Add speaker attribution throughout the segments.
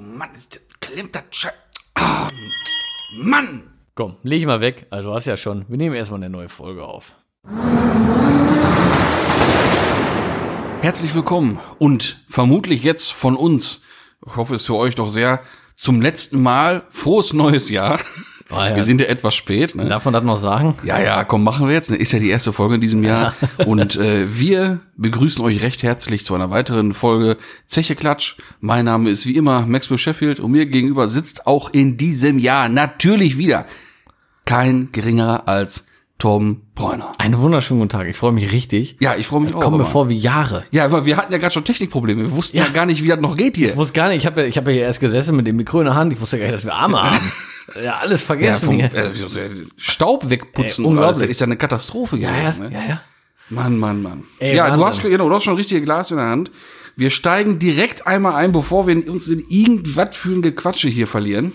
Speaker 1: Mann, ist das klemmt das Scheiß. Ah, Mann!
Speaker 2: Komm, leg ich mal weg. Also du hast ja schon. Wir nehmen erstmal eine neue Folge auf.
Speaker 1: Herzlich willkommen und vermutlich jetzt von uns, ich hoffe es für euch doch sehr, zum letzten Mal frohes neues Jahr.
Speaker 2: Ah, ja.
Speaker 1: Wir sind ja etwas spät. Ne?
Speaker 2: Darf man das noch sagen?
Speaker 1: Ja, ja, komm, machen wir jetzt. Ist ja die erste Folge in diesem Jahr. Und äh, wir begrüßen euch recht herzlich zu einer weiteren Folge Zeche Klatsch. Mein Name ist wie immer Maxwell Sheffield und mir gegenüber sitzt auch in diesem Jahr natürlich wieder kein geringerer als Tom Bräuner.
Speaker 2: Einen wunderschönen guten Tag. Ich freue mich richtig.
Speaker 1: Ja, ich freue mich auch.
Speaker 2: Kommen mir
Speaker 1: aber.
Speaker 2: vor wie Jahre.
Speaker 1: Ja, aber wir hatten ja gerade schon Technikprobleme. Wir wussten ja.
Speaker 2: Ja.
Speaker 1: gar nicht, wie das noch geht hier.
Speaker 2: Ich wusste gar nicht, ich habe ja, ich hab ja hier erst gesessen mit dem Mikro in der Hand. Ich wusste gar nicht, dass wir Arme haben. Ja, alles
Speaker 1: Ja,
Speaker 2: vergessen.
Speaker 1: vom,
Speaker 2: hier.
Speaker 1: äh, so- so- Staub wegputzen.
Speaker 2: Ey,
Speaker 1: oder was,
Speaker 2: unglaublich.
Speaker 1: Das ist ja eine Katastrophe gewesen. ne?
Speaker 2: ja, ja.
Speaker 1: Mann, Mann, Mann.
Speaker 2: Ey,
Speaker 1: ja, du
Speaker 2: Wahnsinn.
Speaker 1: hast, genau, du hast schon richtige Glas in der Hand. Wir steigen direkt einmal ein, bevor wir uns in irgendwas für ein Gequatsche hier verlieren.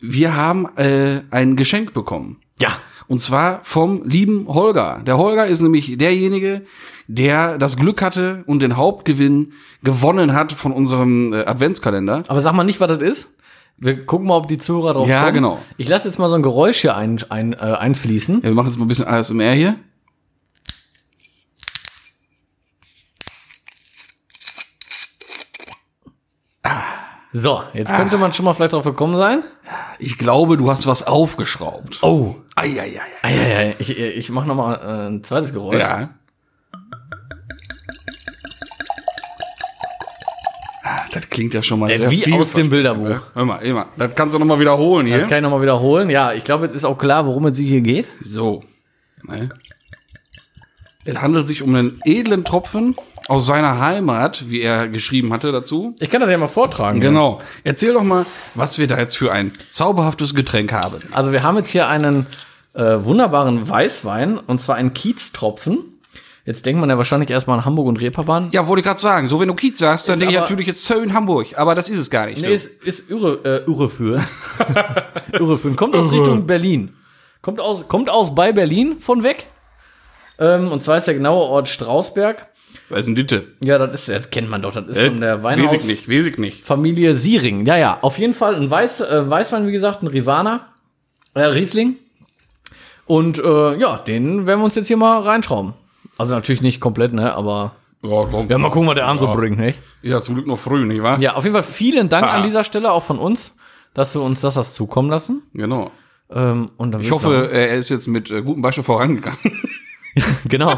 Speaker 1: Wir haben äh, ein Geschenk bekommen.
Speaker 2: Ja.
Speaker 1: Und zwar vom lieben Holger. Der Holger ist nämlich derjenige, der das Glück hatte und den Hauptgewinn gewonnen hat von unserem äh, Adventskalender.
Speaker 2: Aber sag mal nicht, was das ist. Wir gucken mal, ob die Zuhörer drauf
Speaker 1: Ja,
Speaker 2: kommen.
Speaker 1: genau.
Speaker 2: Ich lasse jetzt mal so ein Geräusch hier ein, ein, äh, einfließen.
Speaker 1: Ja, wir machen jetzt mal ein bisschen ASMR hier.
Speaker 2: So,
Speaker 1: Ah.
Speaker 2: jetzt könnte man schon mal vielleicht drauf gekommen sein.
Speaker 1: Ich glaube, du hast was aufgeschraubt.
Speaker 2: Oh.
Speaker 1: Eieiei.
Speaker 2: Ah, ja, ja. Ich, ich mache nochmal äh, ein zweites Geräusch.
Speaker 1: Ja. Ah, Das klingt ja schon mal
Speaker 2: Äh,
Speaker 1: sehr
Speaker 2: wie aus dem Bilderbuch.
Speaker 1: Hör mal, hör mal. Das kannst du noch mal wiederholen
Speaker 2: Das
Speaker 1: hier.
Speaker 2: kann ich nochmal wiederholen. Ja, ich glaube, jetzt ist auch klar, worum es hier geht.
Speaker 1: So. Ne? Es handelt sich um einen edlen Tropfen aus seiner Heimat, wie er geschrieben hatte dazu.
Speaker 2: Ich kann das ja mal vortragen.
Speaker 1: Genau. Erzähl doch mal, was wir da jetzt für ein zauberhaftes Getränk haben.
Speaker 2: Also wir haben jetzt hier einen äh, wunderbaren Weißwein, und zwar einen Kieztropfen. Jetzt denkt man ja wahrscheinlich erstmal an Hamburg und Reeperbahn.
Speaker 1: Ja, wollte ich gerade sagen. So, wenn du Kiez sagst, dann
Speaker 2: Ist
Speaker 1: denke ich
Speaker 2: aber-
Speaker 1: natürlich jetzt Zölln Hamburg. Aber das ist es gar nicht.
Speaker 2: Nee, ist, ist irre, äh, irre für. irre für. Kommt aus Richtung Berlin. Kommt aus, kommt aus bei Berlin von weg. Ähm, und zwar ist der genaue Ort Strausberg.
Speaker 1: Was ist denn Ditte?
Speaker 2: Ja, das ist, das kennt man doch. Das ist von der
Speaker 1: Weiß ich
Speaker 2: Weinhaus.
Speaker 1: nicht, weiß ich nicht.
Speaker 2: Familie Siering. Ja, ja, auf jeden Fall ein Weiß, äh, Weißwein, wie gesagt, ein Rivana, äh, Riesling. Und äh, ja, den werden wir uns jetzt hier mal reinschrauben. Also natürlich nicht komplett, ne, aber
Speaker 1: Ja, komm.
Speaker 2: ja, mal gucken, was der Abend
Speaker 1: Ja.
Speaker 2: so bringt, ne?
Speaker 1: Ist Ja, zum Glück noch früh, nicht wahr?
Speaker 2: Ja, auf jeden Fall vielen Dank
Speaker 1: Ah.
Speaker 2: an dieser Stelle auch von uns, dass du uns das hast zukommen lassen.
Speaker 1: Genau.
Speaker 2: Ähm, und dann
Speaker 1: Ich hoffe, äh, er ist jetzt mit äh, gutem Beispiel vorangegangen.
Speaker 2: genau.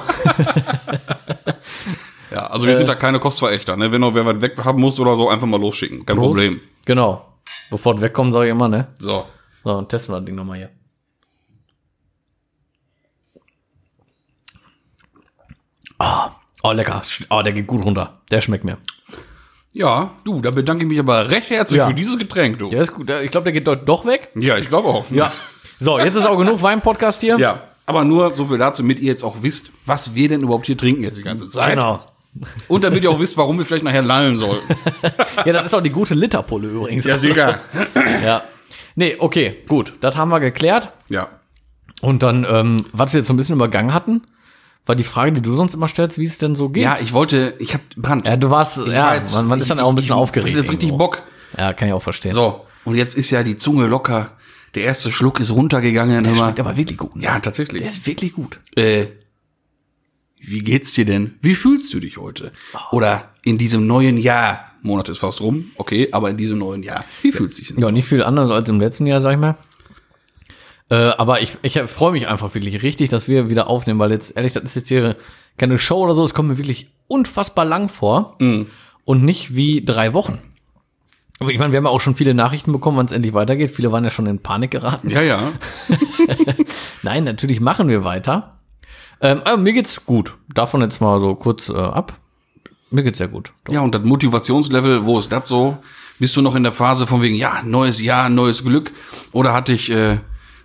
Speaker 1: Ja, also
Speaker 2: Äh.
Speaker 1: wir sind da keine Kostverächter, ne? Wenn noch wer was weg haben muss oder so, einfach mal losschicken. Kein Problem.
Speaker 2: Genau. Bevor es wegkommt, sage ich immer, ne?
Speaker 1: So.
Speaker 2: So, dann testen wir das Ding nochmal hier. Oh, oh, lecker. Oh, der geht gut runter. Der schmeckt mir.
Speaker 1: Ja, du, da bedanke ich mich aber recht herzlich
Speaker 2: Ja.
Speaker 1: für dieses Getränk, du.
Speaker 2: Der ist gut. Ich glaube, der geht dort doch weg.
Speaker 1: Ja, ich glaube auch.
Speaker 2: Ja. So, jetzt ist auch genug Wein-Podcast hier.
Speaker 1: Ja. Aber nur so viel dazu, damit ihr jetzt auch wisst, was wir denn überhaupt hier trinken jetzt die ganze Zeit.
Speaker 2: Genau.
Speaker 1: Und damit ihr auch wisst, warum wir vielleicht nachher lallen sollten.
Speaker 2: Ja, das ist auch die gute Literpulle übrigens.
Speaker 1: sicher.
Speaker 2: ja. Nee, okay, gut. Das haben wir geklärt.
Speaker 1: Ja.
Speaker 2: Und dann, ähm, was wir jetzt so ein bisschen übergangen hatten, war die Frage, die du sonst immer stellst, wie es denn so geht.
Speaker 1: Ja, ich wollte, ich hab Brand.
Speaker 2: Ja, du warst, ja, man, man ist dann auch ein bisschen aufgeregt.
Speaker 1: Das richtig
Speaker 2: irgendwo.
Speaker 1: Bock.
Speaker 2: Ja, kann ich auch verstehen.
Speaker 1: So, und jetzt ist ja die Zunge locker. Der erste Schluck ist runtergegangen. hör mal.
Speaker 2: aber wirklich gut. ne?
Speaker 1: ja, tatsächlich.
Speaker 2: Der ist wirklich gut.
Speaker 1: Äh, wie geht's dir denn? Wie fühlst du dich heute? Oder in diesem neuen Jahr? Monat ist fast rum, okay, aber in diesem neuen Jahr. Wie fühlst du dich denn?
Speaker 2: Ja, nicht viel anders als im letzten Jahr, sag ich mal. Äh, aber ich, ich freue mich einfach wirklich richtig, dass wir wieder aufnehmen, weil jetzt ehrlich, das ist jetzt hier keine Show oder so, es kommt mir wirklich unfassbar lang vor und nicht wie drei Wochen. Aber ich meine, wir haben ja auch schon viele Nachrichten bekommen, wann es endlich weitergeht. Viele waren ja schon in Panik geraten.
Speaker 1: Ja, ja.
Speaker 2: Nein, natürlich machen wir weiter. Ähm, aber mir geht's gut. Davon jetzt mal so kurz äh, ab. Mir geht's sehr gut.
Speaker 1: Ja, und das Motivationslevel, wo ist das so? Bist du noch in der Phase von wegen, ja, neues Jahr, neues Glück? Oder hat dich äh,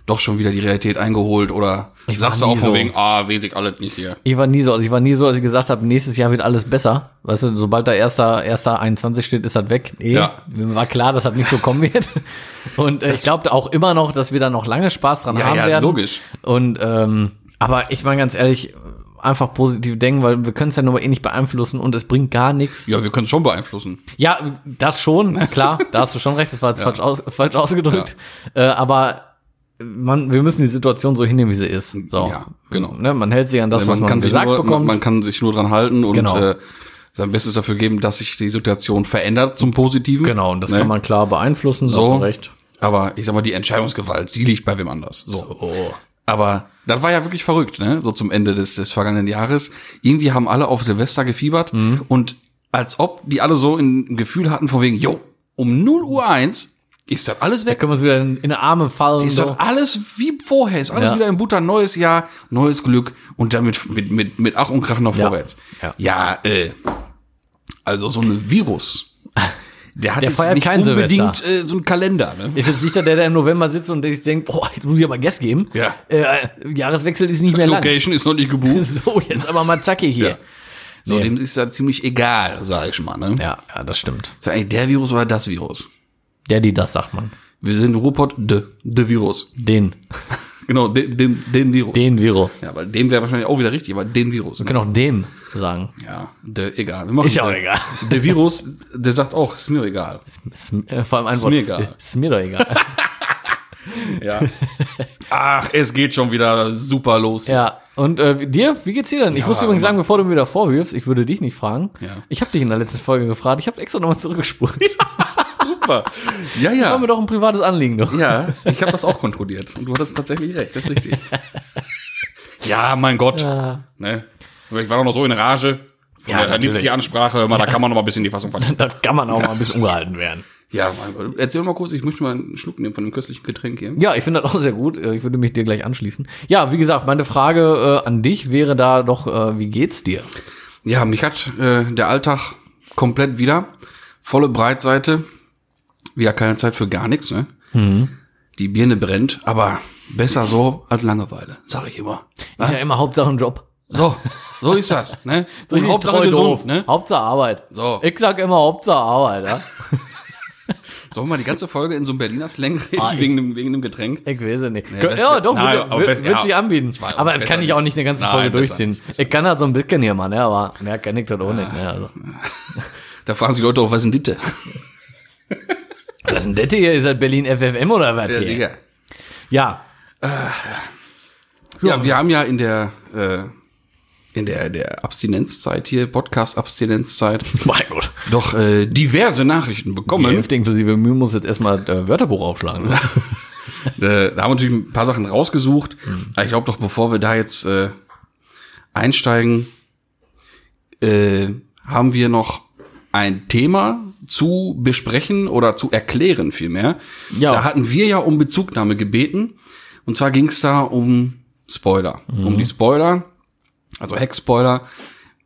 Speaker 1: doch schon wieder die Realität eingeholt? Oder
Speaker 2: Ich
Speaker 1: sagst du
Speaker 2: war
Speaker 1: auch
Speaker 2: nie
Speaker 1: von
Speaker 2: so.
Speaker 1: wegen, ah, weiß ich alles nicht hier?
Speaker 2: Ich war nie so, also ich war nie so, als ich gesagt habe, nächstes Jahr wird alles besser. Weißt du, sobald da erster, erster 21 steht, ist das weg. Nee,
Speaker 1: Ja.
Speaker 2: mir war klar, dass das nicht so kommen wird. Und äh, ich glaubte auch immer noch, dass wir da noch lange Spaß dran
Speaker 1: Ja,
Speaker 2: haben
Speaker 1: ja,
Speaker 2: werden.
Speaker 1: logisch.
Speaker 2: Und ähm, aber ich meine ganz ehrlich, einfach positiv denken, weil wir können es ja nur mal eh nicht beeinflussen und es bringt gar nichts.
Speaker 1: Ja, wir können es schon beeinflussen.
Speaker 2: Ja, das schon, klar, da hast du schon recht, das war jetzt falsch, aus, falsch ausgedrückt. Äh, aber man, wir müssen die Situation so hinnehmen, wie sie ist. So.
Speaker 1: Ja, genau.
Speaker 2: Ne, man hält sich an das, was
Speaker 1: man,
Speaker 2: man
Speaker 1: kann sich
Speaker 2: gesagt
Speaker 1: nur,
Speaker 2: bekommt.
Speaker 1: man, man kann sich nur dran halten und
Speaker 2: Genau.
Speaker 1: äh, sein Bestes dafür geben, dass sich die Situation verändert zum Positiven.
Speaker 2: genau, und das
Speaker 1: Ne?
Speaker 2: kann man klar beeinflussen,
Speaker 1: So.
Speaker 2: hast du recht.
Speaker 1: Aber ich sag mal, die Entscheidungsgewalt, die liegt bei wem anders. So.
Speaker 2: Oh.
Speaker 1: Aber das war ja wirklich verrückt, ne? So zum Ende des, des vergangenen Jahres. Irgendwie haben alle auf Silvester gefiebert
Speaker 2: Mhm.
Speaker 1: und als ob die alle so ein ein Gefühl hatten von wegen, jo, um 0 Uhr 1 ist das alles
Speaker 2: Da
Speaker 1: weg.
Speaker 2: können wir es wieder in, in die Arme fallen.
Speaker 1: Ist
Speaker 2: so.
Speaker 1: das alles wie vorher, ist alles
Speaker 2: Ja.
Speaker 1: wieder im Butter, neues Jahr, neues Glück und damit mit, mit, mit Ach und Krach noch
Speaker 2: Ja.
Speaker 1: vorwärts.
Speaker 2: Ja.
Speaker 1: ja äh, also so ein Virus, der hat
Speaker 2: Der
Speaker 1: jetzt
Speaker 2: feiert
Speaker 1: nicht
Speaker 2: kein
Speaker 1: unbedingt
Speaker 2: Silvester.
Speaker 1: äh, so einen Kalender. Ne?
Speaker 2: Ist jetzt nicht der, der im November sitzt und sich denkt, boah, jetzt muss ich aber Gas geben.
Speaker 1: Ja.
Speaker 2: Äh, Jahreswechsel ist nicht mehr lang.
Speaker 1: Location ist noch nicht gebucht.
Speaker 2: So, jetzt aber mal Zacke hier.
Speaker 1: Ja. So,
Speaker 2: Nee.
Speaker 1: dem ist das ziemlich egal, sag ich mal. Ne?
Speaker 2: Ja, ja, das stimmt.
Speaker 1: Ist das eigentlich der Virus oder das Virus?
Speaker 2: Der, die das sagt man.
Speaker 1: Wir sind Ruhrpott, de, de Virus.
Speaker 2: Den.
Speaker 1: Genau, de, dem, den Virus.
Speaker 2: Den Virus.
Speaker 1: Ja, weil dem wäre wahrscheinlich auch wieder richtig, aber den Virus.
Speaker 2: Wir können auch dem sagen.
Speaker 1: Ja, de, egal. Wir machen
Speaker 2: Ist ja
Speaker 1: de.
Speaker 2: auch egal.
Speaker 1: Der Virus, der sagt auch, ist mir egal.
Speaker 2: Ist, äh, vor allem ein
Speaker 1: Ist
Speaker 2: Wort.
Speaker 1: mir egal.
Speaker 2: Ist mir doch egal.
Speaker 1: Ja. Ach, es geht schon wieder super los.
Speaker 2: ja. Und äh, dir, wie geht's dir denn? Ich muss übrigens sagen, bevor du mir da vorwirfst, ich würde dich nicht fragen.
Speaker 1: Ja.
Speaker 2: Ich habe dich in der letzten Folge gefragt. Ich habe extra nochmal zurückgespult.
Speaker 1: super. Ja,
Speaker 2: Da haben
Speaker 1: ja.
Speaker 2: wir doch ein privates Anliegen doch.
Speaker 1: Ja, ich habe das auch kontrolliert. Und du hattest tatsächlich recht, das ist richtig. ja, mein Gott. Ne? Aber Ich war doch noch so in Rage. Von
Speaker 2: Ja,
Speaker 1: der Ranitzky-Ansprache, hör mal, da kann man noch mal ein bisschen die Fassung verlieren.
Speaker 2: Da kann man auch mal ein bisschen ungehalten werden.
Speaker 1: Ja, mein Gott. Erzähl mal kurz, ich möchte mal einen Schluck nehmen von dem köstlichen Getränk hier.
Speaker 2: Ja, ich finde das auch sehr gut. Äh, Ich würde mich dir gleich anschließen. Ja, wie gesagt, meine Frage äh, an dich wäre da doch, äh, wie geht's dir?
Speaker 1: Ja, mich hat äh, der Alltag komplett wieder. Volle Breitseite. Wieder keine Zeit für gar nichts, ne?
Speaker 2: Mhm.
Speaker 1: Die Birne brennt, aber besser so als Langeweile, sag ich immer.
Speaker 2: Ist ja immer Hauptsache ein Job.
Speaker 1: So, so ist das, ne? Und
Speaker 2: Richtig
Speaker 1: Hauptsache
Speaker 2: treu
Speaker 1: gesund,
Speaker 2: doof.
Speaker 1: ne?
Speaker 2: Hauptsache Arbeit.
Speaker 1: So.
Speaker 2: Ich sag immer Hauptsache Arbeit, ja.
Speaker 1: Sollen wir mal die ganze Folge in so einem Berliner Slang reden,
Speaker 2: Ah, ich-
Speaker 1: wegen, dem, wegen dem Getränk?
Speaker 2: Ich weiß es nicht.
Speaker 1: das-
Speaker 2: ja, doch,
Speaker 1: Nein,
Speaker 2: wird,
Speaker 1: aber
Speaker 2: wird,
Speaker 1: besser-
Speaker 2: wird sich
Speaker 1: ja.
Speaker 2: anbieten.
Speaker 1: Ich weiß auch,
Speaker 2: Aber das
Speaker 1: besser
Speaker 2: kann ich auch
Speaker 1: nicht.
Speaker 2: nicht eine ganze
Speaker 1: Nein,
Speaker 2: Folge
Speaker 1: besser
Speaker 2: durchziehen. Ich kann halt so ein bisschen hier mal, ne, aber mehr kann ich das auch nicht. Ne, also.
Speaker 1: Da fragen sich Leute auch, was sind Ditte?
Speaker 2: Das ist ein Dette hier, ist halt Berlin FFM oder was hier?
Speaker 1: sicher.
Speaker 2: Ja.
Speaker 1: Ja, wir haben ja in der, äh, in der, der Abstinenzzeit hier, Podcast-Abstinenzzeit,
Speaker 2: Mein Gott.
Speaker 1: doch äh, diverse Nachrichten
Speaker 2: Die
Speaker 1: bekommen.
Speaker 2: Hälfte inklusive Mühe muss jetzt erstmal äh, Wörterbuch aufschlagen. Ne?
Speaker 1: Äh, da haben wir natürlich ein paar Sachen rausgesucht. Aber ich glaube doch, bevor wir da jetzt äh, einsteigen, äh, haben wir noch ein Thema zu besprechen oder zu erklären vielmehr.
Speaker 2: Ja.
Speaker 1: Da hatten wir ja um Bezugnahme gebeten. Und zwar ging es da um Spoiler. Um die Spoiler, also Hex-Spoiler.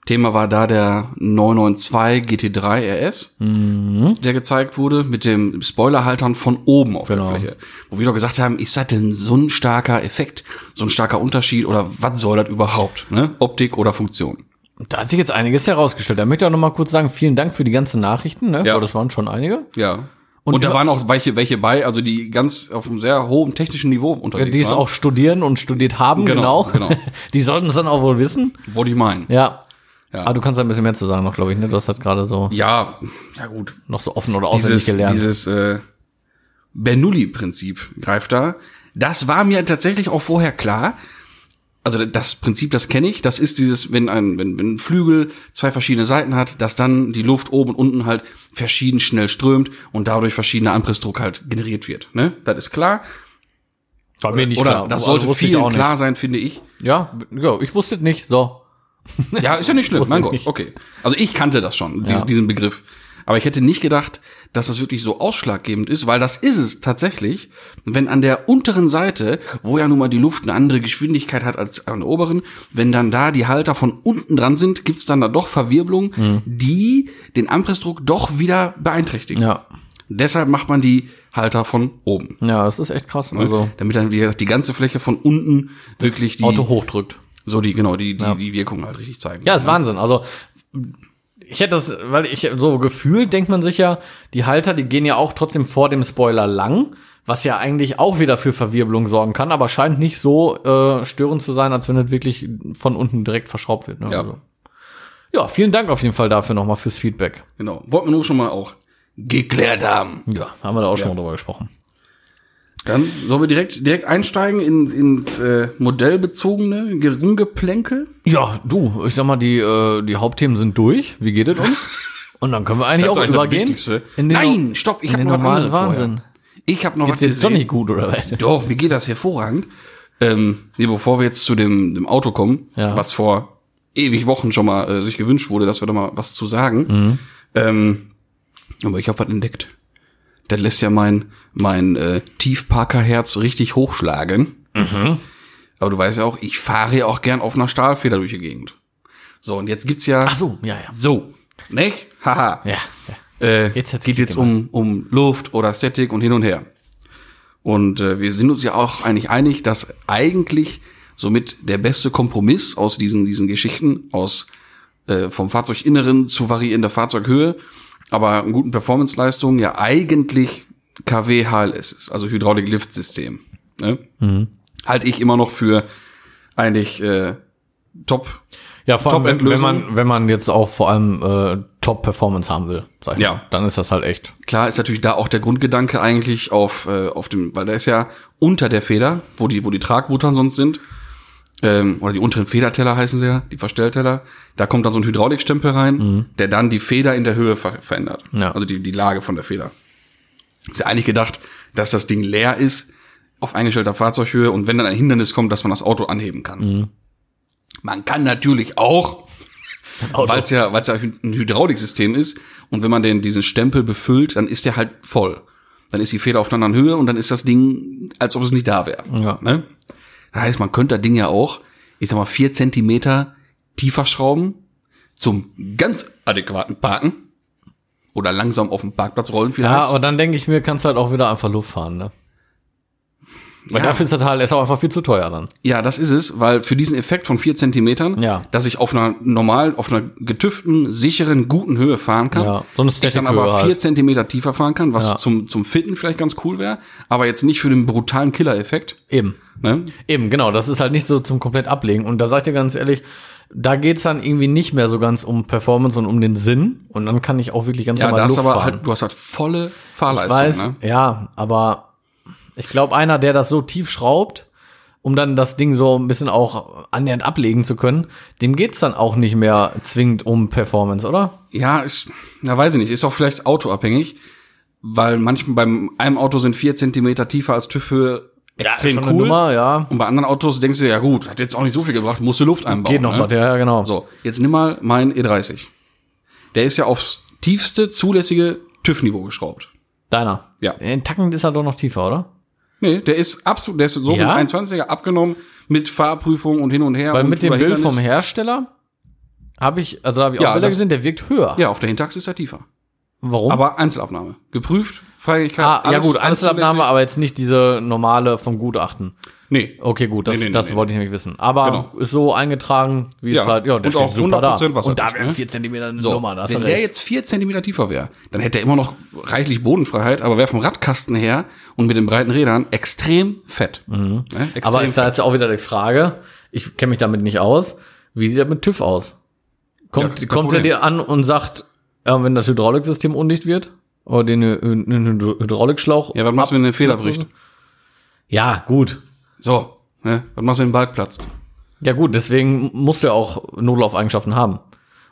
Speaker 1: Thema war da der 992 GT3 RS,
Speaker 2: Mhm.
Speaker 1: der gezeigt wurde mit dem Spoilerhaltern von oben auf
Speaker 2: Genau.
Speaker 1: der Fläche. Wo wir doch gesagt haben, ist das denn so ein starker Effekt, so ein starker Unterschied oder was soll das überhaupt? Ne? Optik oder Funktion?
Speaker 2: Da hat sich jetzt einiges herausgestellt. Da möchte ich auch noch mal kurz sagen, vielen Dank für die ganzen Nachrichten, ne?
Speaker 1: Ja.
Speaker 2: Weil das waren schon einige.
Speaker 1: Ja. Und, da
Speaker 2: ja-
Speaker 1: waren auch welche, welche bei, also die ganz auf einem sehr hohen technischen Niveau unterwegs
Speaker 2: Die es
Speaker 1: waren.
Speaker 2: auch studieren und studiert haben,
Speaker 1: Genau,
Speaker 2: genau.
Speaker 1: genau.
Speaker 2: Die sollten es dann auch wohl wissen.
Speaker 1: Wollte ich meinen.
Speaker 2: Ja.
Speaker 1: Ja.
Speaker 2: Aber du kannst da ein bisschen mehr zu sagen noch, glaube ich, ne? Du hast halt gerade so
Speaker 1: Ja, ja gut.
Speaker 2: noch so offen oder auswendig
Speaker 1: Dieses,
Speaker 2: gelernt.
Speaker 1: dieses äh, Bernoulli-Prinzip greift da. Das war mir tatsächlich auch vorher klar. Also das Prinzip, das kenne ich. Das ist dieses, wenn ein, wenn, wenn ein Flügel zwei verschiedene Seiten hat, dass dann die Luft oben und unten halt verschieden schnell strömt und dadurch verschiedener Anpressdruck halt generiert wird. Ne? Das ist klar.
Speaker 2: War mir nicht
Speaker 1: Oder
Speaker 2: klar.
Speaker 1: das
Speaker 2: Also
Speaker 1: sollte
Speaker 2: wusste ich
Speaker 1: vielen
Speaker 2: auch nicht.
Speaker 1: klar sein, finde ich.
Speaker 2: Ja, ja, ich wusste es nicht. So.
Speaker 1: Ja, ist ja nicht schlimm.
Speaker 2: Wusste
Speaker 1: Mein
Speaker 2: ich
Speaker 1: Gott,
Speaker 2: nicht.
Speaker 1: okay. Also ich kannte das schon, diesen,
Speaker 2: Ja.
Speaker 1: diesen Begriff. Aber ich hätte nicht gedacht, dass das wirklich so ausschlaggebend ist, weil das ist es tatsächlich, wenn an der unteren Seite, wo ja nun mal die Luft eine andere Geschwindigkeit hat als an der oberen, wenn dann da die Halter von unten dran sind, gibt's dann da doch Verwirbelungen,
Speaker 2: Mhm.
Speaker 1: die den Anpressdruck doch wieder beeinträchtigen.
Speaker 2: Ja.
Speaker 1: Deshalb macht man die Halter von oben. ne?
Speaker 2: Ja, das ist echt krass. Also
Speaker 1: Damit dann, wie gesagt, die ganze Fläche von unten wirklich die,
Speaker 2: Auto hochdrückt.
Speaker 1: so die, genau, die, die, die Wirkung halt richtig zeigen.
Speaker 2: Ja, ist Wahnsinn. Also ich hätte das, weil ich so gefühlt denkt man sich ja, die Halter, die gehen ja auch trotzdem vor dem Spoiler lang, was ja eigentlich auch wieder für Verwirbelung sorgen kann, aber scheint nicht so äh, störend zu sein, als wenn es wirklich von unten direkt verschraubt wird. Ne?
Speaker 1: Ja.
Speaker 2: Also. ja, vielen Dank auf jeden Fall dafür nochmal fürs Feedback.
Speaker 1: Genau. Wollten wir nur schon mal auch geklärt haben.
Speaker 2: Ja, haben wir da auch schon mal drüber gesprochen.
Speaker 1: Dann sollen wir direkt, direkt einsteigen in, ins äh, modellbezogene Ge- Rumgeplänkel.
Speaker 2: Ja, du, ich sag mal, die, äh, die Hauptthemen sind durch. Wie geht es uns? Und dann können wir eigentlich
Speaker 1: Das ist
Speaker 2: auch
Speaker 1: eigentlich das
Speaker 2: übergehen.
Speaker 1: Wichtigste.
Speaker 2: in den
Speaker 1: Nein,
Speaker 2: No-
Speaker 1: stopp, ich
Speaker 2: in
Speaker 1: hab
Speaker 2: den
Speaker 1: noch was
Speaker 2: normalen
Speaker 1: anderes vorher.
Speaker 2: Wahnsinn.
Speaker 1: Ich habe noch
Speaker 2: Geht's jetzt doch nicht gut, oder was?
Speaker 1: Doch, mir geht das hervorragend. Ähm, nee, bevor wir jetzt zu dem, dem Auto kommen,
Speaker 2: Ja.
Speaker 1: was vor ewig Wochen schon mal äh, sich gewünscht wurde, dass wir da mal was zu
Speaker 2: Mhm.
Speaker 1: sagen. Ähm, aber ich habe was entdeckt. Das lässt ja mein, mein äh, Tiefparker-Herz richtig hochschlagen.
Speaker 2: Mhm.
Speaker 1: Aber du weißt ja auch, ich fahre ja auch gern auf einer Stahlfeder durch die Gegend. So, und jetzt gibt's ja.
Speaker 2: Ach so, ja, ja.
Speaker 1: So. Nicht? Haha.
Speaker 2: Ja, ja.
Speaker 1: Äh,
Speaker 2: Jetzt hat's
Speaker 1: geht jetzt um, um Luft oder Static und hin und her. Und äh, wir sind uns ja auch eigentlich einig, dass eigentlich somit der beste Kompromiss aus diesen, diesen Geschichten, aus äh, vom Fahrzeuginneren zu variierender Fahrzeughöhe, aber einen guten Performance-Leistungen ja eigentlich KW HLS ist, also Hydraulik-Lift-System. Ne? Halte ich immer noch für eigentlich äh, top.
Speaker 2: Ja, vor allem, wenn, wenn,
Speaker 1: Top-Endlösung.
Speaker 2: man, wenn man jetzt auch vor allem äh, Top-Performance haben will, sag ich
Speaker 1: Ja.
Speaker 2: mal, dann ist das halt echt.
Speaker 1: Klar ist natürlich da auch der Grundgedanke eigentlich auf, äh, auf dem, weil da ist ja unter der Feder, wo die, wo die Tragmuttern sonst sind, ähm, oder die unteren Federteller heißen sie ja, die Verstellteller, da kommt dann so ein Hydraulikstempel rein, der dann die Feder in der Höhe ver verändert.
Speaker 2: Ja.
Speaker 1: Also die, die Lage von der Feder. Ist ja eigentlich gedacht, dass das Ding leer ist, auf eingestellter Fahrzeughöhe und wenn dann ein Hindernis kommt, dass man das Auto anheben kann. Man kann natürlich auch weil es ja, weil's ja ein Hydrauliksystem ist und wenn man den, diesen Stempel befüllt, dann ist der halt voll. Dann ist die Feder auf einer anderen Höhe und dann ist das Ding, als ob es nicht da wäre.
Speaker 2: Ja.
Speaker 1: Ne? Das heißt, man könnte das Ding ja auch, ich sag mal, vier Zentimeter tiefer schrauben zum ganz adäquaten Parken oder langsam auf den Parkplatz rollen vielleicht.
Speaker 2: Ja, aber dann denke ich mir, kannst du halt auch wieder einfach Luft fahren, ne? Weil
Speaker 1: Ja.
Speaker 2: dafür ist das HLS auch einfach viel zu teuer dann.
Speaker 1: Ja, das ist es, weil für diesen Effekt von vier Zentimetern,
Speaker 2: Ja.
Speaker 1: dass ich auf einer normal, auf einer getüften, sicheren, guten Höhe fahren kann,
Speaker 2: Ja, so eine
Speaker 1: ich dann
Speaker 2: Statikhöhe
Speaker 1: aber vier
Speaker 2: halt.
Speaker 1: Zentimeter tiefer fahren kann, was
Speaker 2: Ja.
Speaker 1: zum, zum Fitten vielleicht ganz cool wäre, aber jetzt nicht für den brutalen Killer-Effekt.
Speaker 2: Eben.
Speaker 1: Ne?
Speaker 2: Eben, genau. Das ist halt nicht so zum komplett ablegen. Und da sag ich dir ganz ehrlich, da geht's dann irgendwie nicht mehr so ganz um Performance und um den Sinn. Und dann kann ich auch wirklich ganz
Speaker 1: Ja,
Speaker 2: normal
Speaker 1: da hast
Speaker 2: Luft
Speaker 1: aber
Speaker 2: fahren.
Speaker 1: halt, du hast halt volle
Speaker 2: Ich
Speaker 1: Fahrleistung.
Speaker 2: weiß,
Speaker 1: ne?
Speaker 2: ja, aber ich glaube, einer, der das so tief schraubt, um dann das Ding so ein bisschen auch annähernd ablegen zu können, dem geht's dann auch nicht mehr zwingend um Performance, oder?
Speaker 1: Ja, ist, na weiß ich nicht, ist auch vielleicht autoabhängig, weil manchmal beim einem Auto sind vier Zentimeter tiefer als TÜV-Höhe extrem
Speaker 2: Schon eine
Speaker 1: cool.
Speaker 2: Nummer, ja.
Speaker 1: Und bei anderen Autos denkst du, ja gut, hat jetzt auch nicht so viel gebracht, musst du Luft einbauen.
Speaker 2: Geht noch
Speaker 1: ne?
Speaker 2: was, ja, ja, genau.
Speaker 1: So, jetzt nimm mal meinen E30. Der ist ja aufs tiefste zulässige TÜV-Niveau geschraubt.
Speaker 2: Deiner.
Speaker 1: Ja.
Speaker 2: In Tacken ist er doch noch tiefer, oder?
Speaker 1: Nee, der ist absolut, der ist so
Speaker 2: Ja?
Speaker 1: mit 21er abgenommen mit Fahrprüfung und hin und her.
Speaker 2: Weil
Speaker 1: und
Speaker 2: mit dem
Speaker 1: über
Speaker 2: Bild vom
Speaker 1: Hindernis.
Speaker 2: Hersteller habe ich, also da habe ich
Speaker 1: Ja,
Speaker 2: auch Bilder
Speaker 1: das-
Speaker 2: gesehen, der wirkt höher.
Speaker 1: Ja, auf der Hinterachse ist er tiefer.
Speaker 2: Warum?
Speaker 1: Aber Einzelabnahme. Geprüft, Freigigkeit.
Speaker 2: ah, ja
Speaker 1: alles
Speaker 2: gut, Einzelabnahme, aber jetzt nicht diese normale vom Gutachten.
Speaker 1: zulässig. Nee.
Speaker 2: Okay, gut, das,
Speaker 1: Nee, nee, nee,
Speaker 2: das
Speaker 1: nee.
Speaker 2: wollte ich nämlich wissen. Aber
Speaker 1: Genau.
Speaker 2: ist so eingetragen, wie
Speaker 1: Ja.
Speaker 2: es halt, ja, der
Speaker 1: Und
Speaker 2: steht
Speaker 1: auch
Speaker 2: super da.
Speaker 1: 100%
Speaker 2: Und da
Speaker 1: wasserdicht,
Speaker 2: wären
Speaker 1: ne?
Speaker 2: 4 Zentimeter eine
Speaker 1: So,
Speaker 2: Nummer, da hast du
Speaker 1: wenn der
Speaker 2: recht.
Speaker 1: jetzt vier Zentimeter tiefer wäre, dann hätte er immer noch reichlich Bodenfreiheit, aber wäre vom Radkasten her und mit den breiten Rädern extrem fett. Ne? Extrem
Speaker 2: Mhm. Aber ist da jetzt auch wieder die Frage, ich kenne mich damit nicht aus, wie sieht das mit TÜV aus? Kommt,
Speaker 1: Ja, kein
Speaker 2: kommt er
Speaker 1: Problem.
Speaker 2: dir an und sagt, ja, wenn das Hydrauliksystem undicht wird, oder den äh, den Hydraulikschlauch,
Speaker 1: ja, was machst du, wenn der Fehler bricht?
Speaker 2: ja, gut.
Speaker 1: So, ne? was machst du, wenn ein Balk platzt?
Speaker 2: Ja gut, deswegen musst du ja auch Notlaufeigenschaften haben.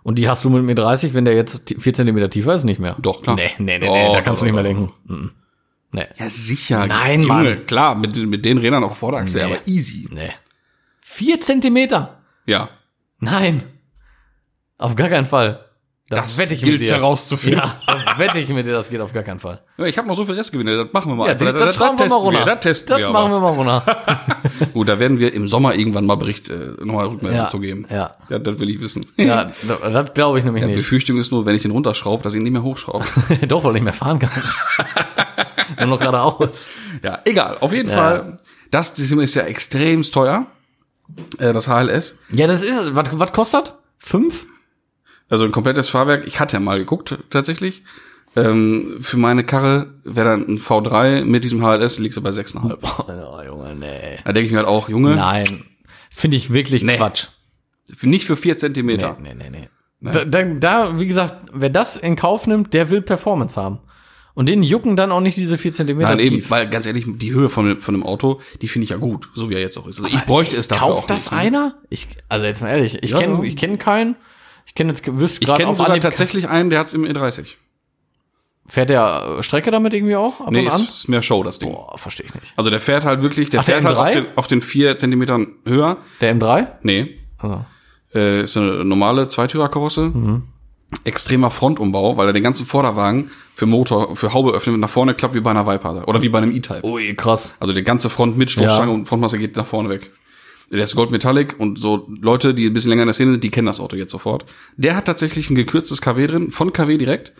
Speaker 2: Und die hast du mit mir 30, wenn der jetzt t- 4 Zentimeter tiefer ist, nicht mehr.
Speaker 1: Doch, klar. Oh,
Speaker 2: Nee, nee, nee,
Speaker 1: Doch,
Speaker 2: nee da kannst du
Speaker 1: doch,
Speaker 2: nicht mehr
Speaker 1: doch.
Speaker 2: lenken. Mhm. Nee.
Speaker 1: Ja, sicher.
Speaker 2: Nein,
Speaker 1: Junge,
Speaker 2: Mann.
Speaker 1: Klar, mit, mit den Rädern auf Vorderachse,
Speaker 2: Nee.
Speaker 1: aber easy.
Speaker 2: Nee. Vier Zentimeter?
Speaker 1: Ja.
Speaker 2: Nein. Auf gar keinen Fall.
Speaker 1: Das gilt herauszufinden.
Speaker 2: Ja, das wette ich mit dir, das geht auf gar keinen Fall.
Speaker 1: Ja, ich habe noch so viel Restgewinne, das machen wir mal.
Speaker 2: Ja,
Speaker 1: einfach.
Speaker 2: das, das, schrauben wir mal
Speaker 1: testen Wir,
Speaker 2: runter.
Speaker 1: das testen wir aber.
Speaker 2: machen wir mal runter.
Speaker 1: Gut, da werden wir im Sommer irgendwann mal Bericht, äh, nochmal Rückmeldung
Speaker 2: Ja,
Speaker 1: zu geben.
Speaker 2: ja.
Speaker 1: ja. Das will ich wissen.
Speaker 2: ja, das, das glaube ich nämlich nicht.
Speaker 1: Befürchtung ist nur, wenn ich den runterschraube, dass ich ihn nicht mehr hochschraube.
Speaker 2: Doch, weil ich nicht mehr fahren kann. Nur noch geradeaus.
Speaker 1: ja, egal. Auf jeden Fall, das System ist ja extremst teuer, äh, das HLS.
Speaker 2: Ja, das ist, was, was kostet? Fünf?
Speaker 1: Also ein komplettes Fahrwerk. Ich hatte ja mal geguckt, tatsächlich. Ähm, für meine Karre wäre dann ein V3 mit diesem HLS, liegst du bei 6,5. Oh,
Speaker 2: Boah, Junge, nee.
Speaker 1: Da denke ich mir halt auch, Junge,
Speaker 2: Nein. Finde ich wirklich
Speaker 1: Nee.
Speaker 2: Quatsch.
Speaker 1: nicht für 4 Zentimeter.
Speaker 2: Nee, nee, nee. nee. Da, da, da, wie gesagt, wer das in Kauf nimmt, der will Performance haben. Und den jucken dann auch nicht diese 4 cm
Speaker 1: Nein, eben, weil ganz ehrlich, die Höhe von, von einem Auto, die finde ich ja gut, so wie er jetzt auch ist. Also ich bräuchte es dafür auch
Speaker 2: Kauft das
Speaker 1: nicht. ne?
Speaker 2: einer? Ich, also jetzt mal ehrlich, ich
Speaker 1: Ja,
Speaker 2: kenn
Speaker 1: ja.
Speaker 2: ich kenn keinen. Ich kenne jetzt, wüsste
Speaker 1: Ich
Speaker 2: gerade
Speaker 1: kenne
Speaker 2: auf
Speaker 1: sogar
Speaker 2: Anhieb,
Speaker 1: tatsächlich einen, der hat's im E E30.
Speaker 2: fährt der äh, Strecke damit irgendwie auch ab
Speaker 1: Nee,
Speaker 2: und
Speaker 1: ist,
Speaker 2: an?
Speaker 1: ist mehr Show, das Ding.
Speaker 2: Boah, verstehe ich nicht.
Speaker 1: Also der fährt halt wirklich, der
Speaker 2: Ach, der
Speaker 1: fährt halt auf
Speaker 2: M3?
Speaker 1: den, auf den 4 Zentimetern höher.
Speaker 2: Der M3?
Speaker 1: Nee,
Speaker 2: Also,
Speaker 1: äh, ist eine normale Zweitürerkarosse. Extremer Frontumbau, weil er den ganzen Vorderwagen für Motor, für Haube öffnet und nach vorne klappt wie bei einer Viper oder wie bei einem E-Type.
Speaker 2: ui, krass.
Speaker 1: Also die ganze Front mit Stoßstange
Speaker 2: Ja.
Speaker 1: und Frontmasse geht nach vorne weg. Der ist Goldmetallic und so Leute, die ein bisschen länger in der Szene sind, die kennen das Auto jetzt sofort. Der hat tatsächlich ein gekürztes KW drin, von KW direkt,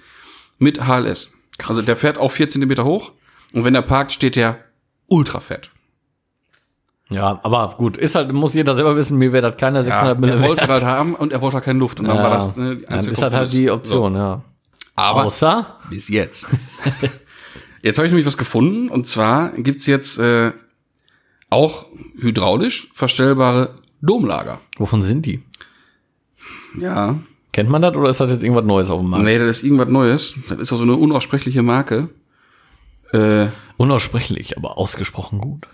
Speaker 1: mit HLS. Also der fährt auf 4 Zentimeter hoch und wenn er parkt, steht der ultra fett.
Speaker 2: Ja, aber gut, ist halt, muss jeder selber wissen, mir wäre das keiner 600
Speaker 1: er wollte
Speaker 2: wert.
Speaker 1: halt haben und er wollte halt keine Luft. Und dann
Speaker 2: Ja.
Speaker 1: war das ne, die
Speaker 2: Dann
Speaker 1: einzige
Speaker 2: ist das halt
Speaker 1: Kompromiss.
Speaker 2: die Option, ja.
Speaker 1: Aber
Speaker 2: Außer,
Speaker 1: bis jetzt. jetzt habe ich nämlich was gefunden und zwar gibt's jetzt äh, auch hydraulisch verstellbare Domlager.
Speaker 2: wovon sind die?
Speaker 1: Ja,
Speaker 2: Kennt man das oder ist das jetzt irgendwas Neues auf dem Markt?
Speaker 1: Nee, das ist irgendwas Neues. Das ist auch so eine unaussprechliche Marke. Äh,
Speaker 2: Unaussprechlich, aber ausgesprochen gut.